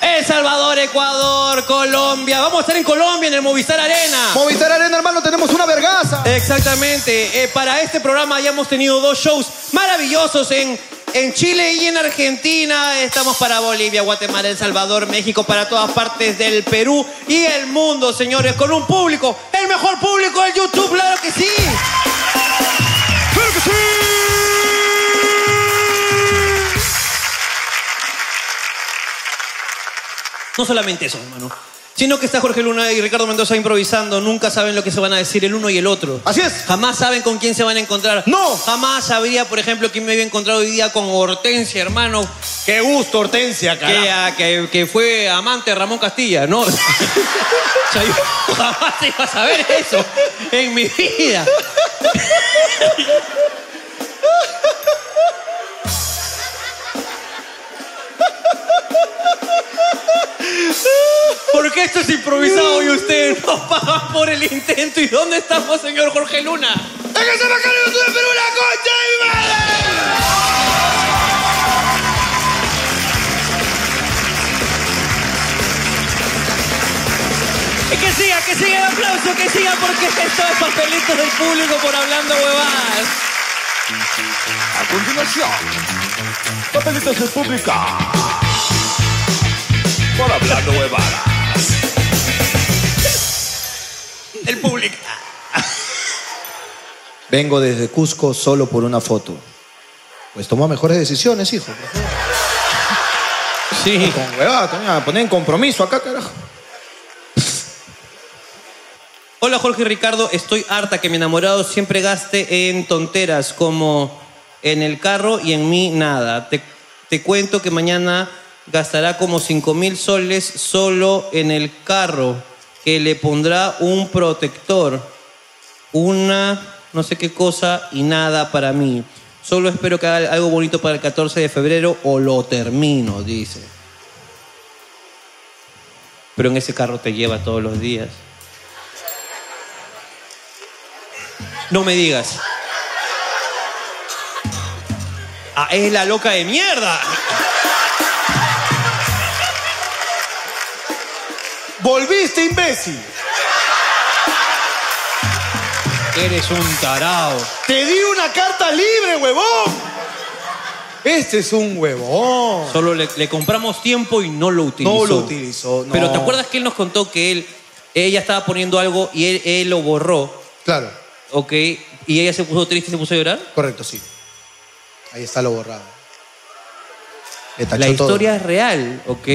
El Salvador, Ecuador, Colombia. Vamos a estar en Colombia, en el Movistar Arena. Movistar Arena, hermano, tenemos una vergaza. Exactamente. Eh, para este programa ya hemos tenido dos shows maravillosos en, en Chile y en Argentina. Estamos para Bolivia, Guatemala, El Salvador, México, para todas partes del Perú y el mundo, señores, con un público, el mejor público del YouTube, claro que sí. ¡Claro que sí! No solamente eso, hermano. Sino que está Jorge Luna y Ricardo Mendoza improvisando, nunca saben lo que se van a decir el uno y el otro. Así es. Jamás saben con quién se van a encontrar. No. Jamás sabría, por ejemplo, que me había encontrado hoy día con Hortensia, hermano. Qué gusto, Hortensia, carajo. Que, ah, que, que fue amante de Ramón Castilla, ¿no? O sea, yo jamás iba a saber eso en mi vida. Porque esto es improvisado y ustedes no pagan por el intento. ¿Y dónde estamos, señor Jorge Luna? ¡Déjense marcar el YouTube de Perú, la concha de mi madre! Y Eh, que siga, que siga el aplauso, que siga, porque esto es papelito del público por hablando huevadas. A continuación, papelitos de pública. Por hablando huevadas. El público. Vengo desde Cusco solo por una foto. Pues toma mejores decisiones, hijo. Sí. Con huevada, también a poner en compromiso acá, carajo. Hola Jorge y Ricardo, estoy harta que mi enamorado siempre gaste en tonteras como en el carro y en mí nada. Te, te cuento que mañana gastará como 5 mil soles solo en el carro, que le pondrá un protector, una no sé qué cosa y nada para mí. Solo espero que haga algo bonito para el 14 de febrero o lo termino, dice. Pero en ese carro te lleva todos los días. No me digas. Ah, es la loca de mierda. ¡Volviste, imbécil! Eres un tarao. ¡Te di una carta libre, huevón! Este es un Oh. huevón. Solo le, le compramos tiempo y no lo utilizó. No lo utilizó, no. Pero ¿te acuerdas que él nos contó que él, ella estaba poniendo algo y él, él lo borró? Claro. Ok. ¿Y ella se puso triste y se puso a llorar? Correcto, sí. Ahí está lo borrado. Le tachó La todo. historia es real, ¿ok?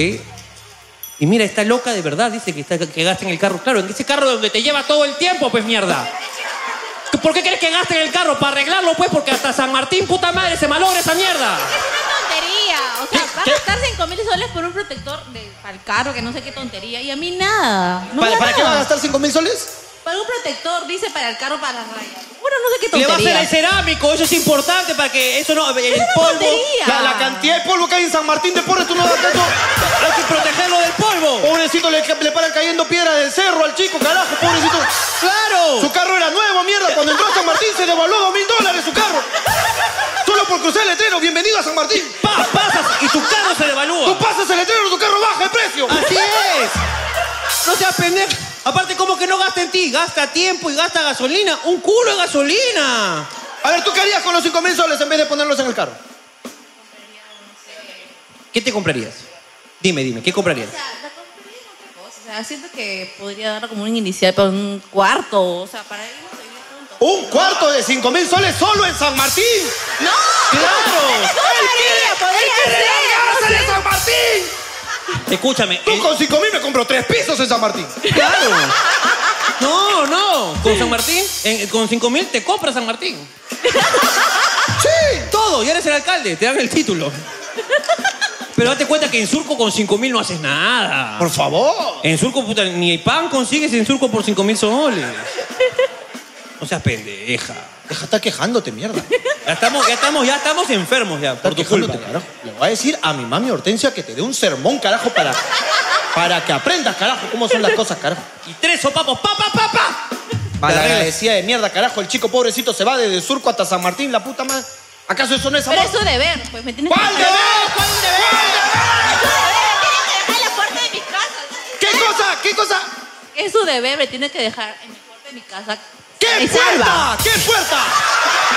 Y mira, está loca de verdad, dice que, está, que gasta en el carro. Claro, en ese carro donde te lleva todo el tiempo, pues mierda. ¿Por qué crees que gasten el carro? Para arreglarlo, pues, porque hasta San Martín, puta madre, se malogra esa mierda. tontería. O sea, va a gastar 5 mil soles por un protector de, para el carro, que no sé qué tontería. Y a mí nada. No me ¿Para, da para qué va a nada. gastar 5 mil soles? Para un protector, dice, para el carro, para las rayas. Bueno, no sé qué Le tontería. va a hacer el cerámico, eso es importante para que eso no. El una polvo. tontería. La, la cantidad de polvo que hay en San Martín de Porres, tú no das tanto. Hay que protegerlo del polvo. Pobrecito, le, le paran cayendo piedras del cerro al chico, carajo, pobrecito. ¡Claro! Su carro era nuevo, mierda. Cuando entró a San Martín se devaluó dos mil dólares su carro. Solo por cruzar el letrero, bienvenido a San Martín. pasas y tu carro se devalúa. Tú pasas el letrero, tu carro baja de precio. Así es. No seas pendejo. Aparte, ¿cómo que no gasta en ti? Gasta tiempo y gasta gasolina. Un culo de gasolina. A ver, ¿tú qué harías con los 5 mil soles en vez de ponerlos en el carro? ¿Qué te comprarías? Dime, dime, ¿qué comprarías? O sea, siento que podría dar como un inicial para un cuarto. O sea, para ir. ¿Un cuarto de 5 mil soles solo en San Martín? ¡No! ¡Claro! ¡Él quiere, él quiere largarse de San Martín! Escúchame. Tú con 5 mil me compro tres pisos en San Martín. Claro. No, no. Con San Martín, en- con 5 mil te compra San Martín. ¡Sí! Todo, ya eres el alcalde, te dan el título. Pero date cuenta que en Surco con 5 mil no haces nada. Por favor. En Surco, puta, ni pan consigues en Surco por 5 mil soles. No seas pendeja. Deja estar quejándote, mierda. Ya estamos, ya estamos, ya estamos enfermos ya, por tu culpa. Carajo, le voy a decir a mi mami Hortensia que te dé un sermón, carajo, para, para que aprendas, carajo, cómo son las cosas, carajo. Y tres sopapos, pa, pa, pa, pa. Malagradecida de mierda, carajo. El chico pobrecito se va desde Surco hasta San Martín, la puta madre. ¿Acaso eso no es amor? Pero es su deber, pues me tienes ¿Cuál que deber? ¿Cuál deber? ¿Cuál deber? Tiene que dejar en la puerta de mi casa. ¿Qué cosa? ¿Qué cosa? Es su deber, me tiene que dejar en la puerta de mi casa. ¿Qué Y puerta? salva. ¿Qué puerta?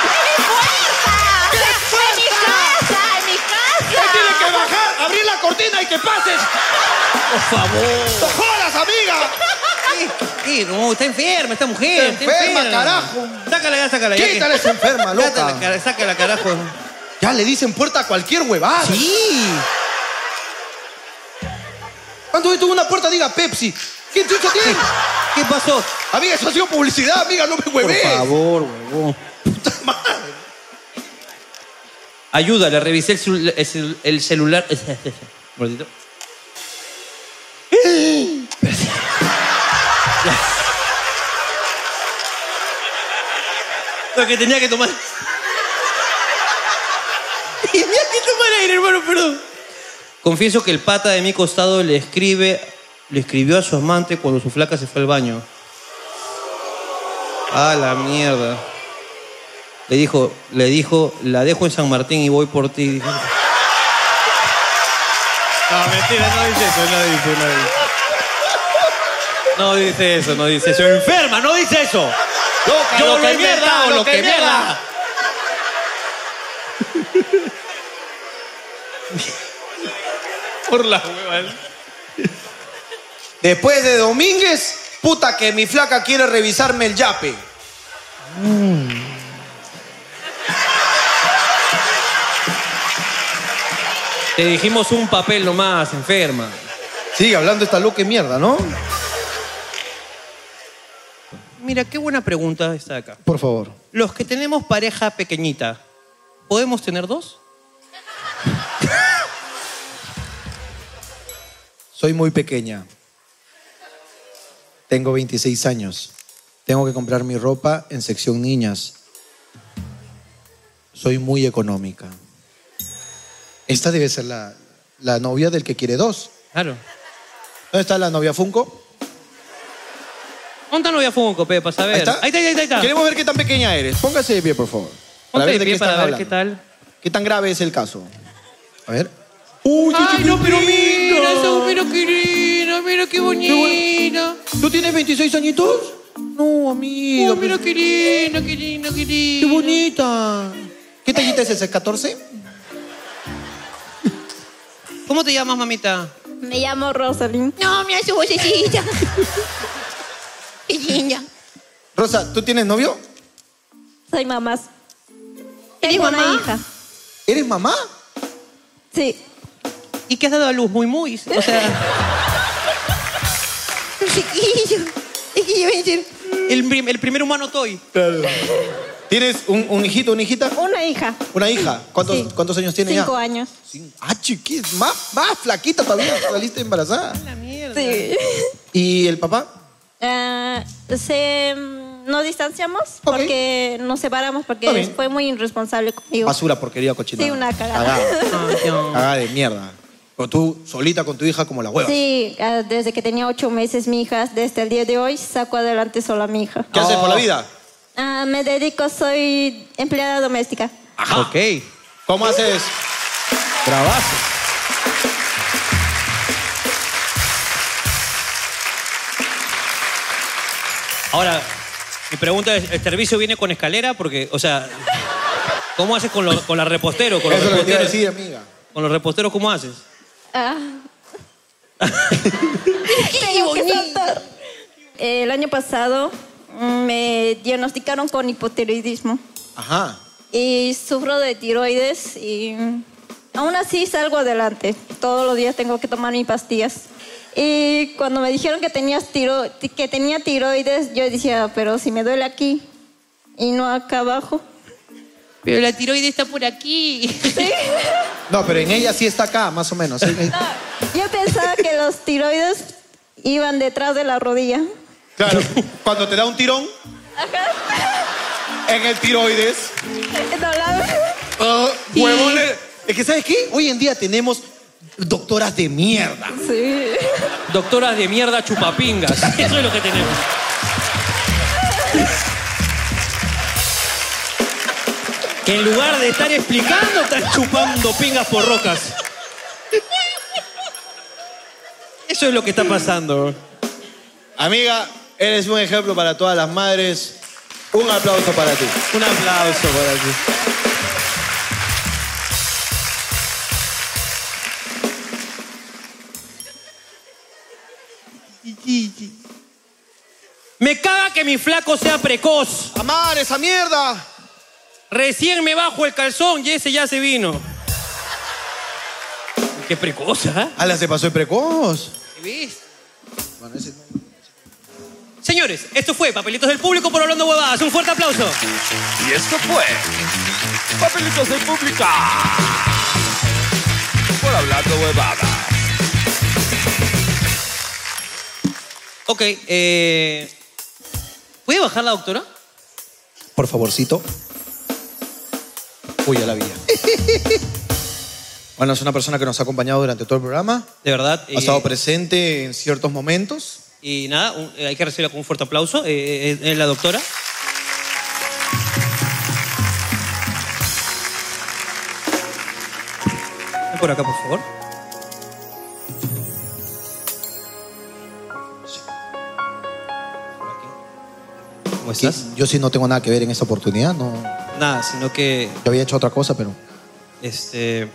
¡Qué ¡En mi casa! ¡En mi ¡Que casa! tiene que bajar, abrir la cortina y que pases! Por favor. ¡No jodas, amiga! Sí, no, está enferma esta mujer. Está enferma, carajo. Sácala ya, sácala ya. Quítale esa enferma, loca. Sácala, cara- sácala, carajo. Ya le dicen puerta a cualquier huevada. Sí. Cuando yo tuve una puerta, diga Pepsi. ¿Quién chucha tiene? ¿Qué pasó? Amiga, eso ha sido publicidad, amiga, no me hueves. favor, huevón. Ayuda, le revisé el, celu- el celu- el celular. Gordito. Lo que tenía que tomar. Tenía que tomar aire, hermano, perdón. Confieso que el pata de mi costado le escribe, le escribió a su amante cuando su flaca se fue al baño. A la mierda. Le dijo, le dijo, la dejo en San Martín y voy por ti. No, mentira, no dice eso, no dice, no dice. No dice eso, no dice eso. Enferma, no dice eso. Loca, Yo loca lo he de mierda, inventado, loca loca de de mierda. Por ¿eh? las huevas. Después de Domínguez, puta que mi flaca quiere revisarme el yape. Te dijimos un papel nomás, enferma. Sigue hablando esta loca mierda, ¿no? Mira, qué buena pregunta está acá. Por favor. Los que tenemos pareja pequeñita, ¿podemos tener dos? Soy muy pequeña. Tengo 26 años. Tengo que comprar mi ropa en sección niñas. Soy muy económica. Esta debe ser la, la novia del que quiere dos. Claro. ¿Dónde está la novia Funko? ¿Dónde no voy a Funko, Pepa? A ver. Ahí está, ahí está, ahí está. Queremos ver qué tan pequeña eres. Póngase de pie, por favor. Ponte de qué pie están para ver qué hablando. tal. ¿Qué tan grave es el caso? A ver. ¡Ay, no, pero mira! eso, ¡Mira qué lindo! ¡Mira qué bonito! ¿Tú tienes 26 añitos? No, amigo. ¡Oh, mira qué lindo, qué lindo, qué lindo! ¡Qué bonita! ¿Qué tallita es esa? ¿14? ¿Cómo te llamas, mamita? Me llamo Rosalind. No, mira su vocecita. Qué linda. Rosa, ¿tú tienes novio? Soy mamá. Tengo una hija. ¿Eres mamá? Sí. ¿Y qué has dado a luz? Muy, muy. O sea, Un chiquillo. Chiquillo, ven, ven. el, prim- el primer humano toy. ¿Tienes un, un hijito, una hijita? Una hija. ¿Una hija? ¿Cuántos, Sí. ¿cuántos años tiene Cinco ya? años. Ah, chiquis, más, más flaquita todavía, saliste embarazada. Sí. ¿Y el papá? Ah, se, mm, nos distanciamos porque nos separamos porque Está bien. fue muy irresponsable conmigo. Basura, porquería, cochinada. Sí, una cagada. Cagada. Cagada de mierda. Pero tú solita con tu hija como la hueva. Sí, ah, desde que tenía ocho meses mi hija, desde el día de hoy saco adelante sola a mi hija. Oh. ¿Qué haces por Oh. la vida? Ah, me dedico, soy empleada doméstica. Ajá. Ok. ¿Cómo haces? Trabajo. Ahora, mi pregunta es, ¿el servicio viene con escalera? Porque, o sea, ¿cómo haces con, los con la repostero? Con los Eso es lo que te iba a reposteros, decir, amiga. ¿Con los reposteros cómo haces? Ah. Tengo que saltar. El año pasado mm, me diagnosticaron con hipotiroidismo Ajá. y sufro de tiroides y mm, aún así salgo adelante. Todos los días tengo que tomar mis pastillas. Y cuando me dijeron que, tenías tiro, que tenía tiroides, yo decía, pero si me duele aquí y no acá abajo. Pero la tiroides está por aquí. No, pero en ella sí está acá, más o menos. ¿eh? Yo pensaba que los tiroides iban detrás de la rodilla. Claro, cuando te da un tirón en el tiroides. No, la- ah, huevón, eh. Es que, ¿sabes qué? Hoy en día tenemos doctoras de mierda. Sí. Doctoras de mierda chupapingas. Eso es lo que tenemos. Que en lugar de estar explicando, están chupando pingas por rocas. Eso es lo que está pasando. Amiga, eres un ejemplo para todas las madres. Un aplauso para ti. Un aplauso para ti. Me caga que mi flaco sea precoz. Amar esa mierda. Recién me bajo el calzón y ese ya se vino. Qué precoz, ¿ah? Ala, se pasó de precoz. ¿Ves? Señores, esto fue Papelitos del Público por Hablando Huevadas. Un fuerte aplauso. Y esto fue Papelitos de Pública por Hablando Huevada. Ok, eh... ¿Puede bajar la doctora? Por favorcito. Uy, ya la vi. Bueno, es una persona que nos ha acompañado durante todo el programa. De verdad. Ha estado presente en ciertos momentos. Y nada, un- eh, hay que recibirla con un fuerte aplauso. Eh, eh, eh, la doctora. Ven Por acá, por favor. ¿Cómo estás? Yo sí no tengo nada que ver en esta oportunidad. No, Nada, sino que yo había hecho otra cosa, pero Este.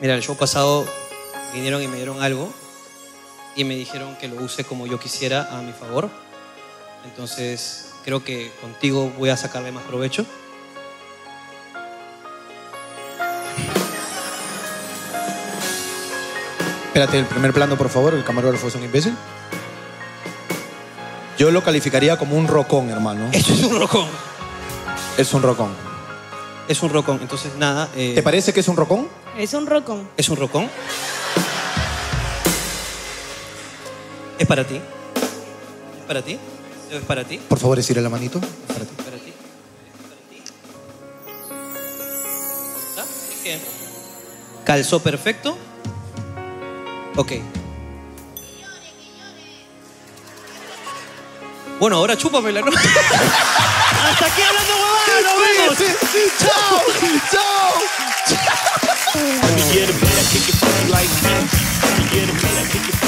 Mira, el show pasado vinieron y me dieron algo y me dijeron que lo use como yo quisiera a mi favor. Entonces, creo que contigo voy a sacarle más provecho. Espérate, el primer plano, por favor. El camarógrafo es un imbécil. Yo lo calificaría como un rocón, hermano. Eso es un rocón. Es un rocón. Es un rocón. Entonces, nada. eh, ¿Te parece que es un rocón? Es un rocón. ¿Es un rocón? ¿Es para ti? ¿Es para ti? ¿Es para ti? Por favor, estira la manito. ¿Es para ti? ¿Está? ¿Ah? Así que ¿Calzó perfecto? Ok. Bueno, ahora chúpamela, ¿no? Hasta aquí hablando huevadas, nos vemos. Chao, chao. You get a man, I kick it like me. You get a man, I kick it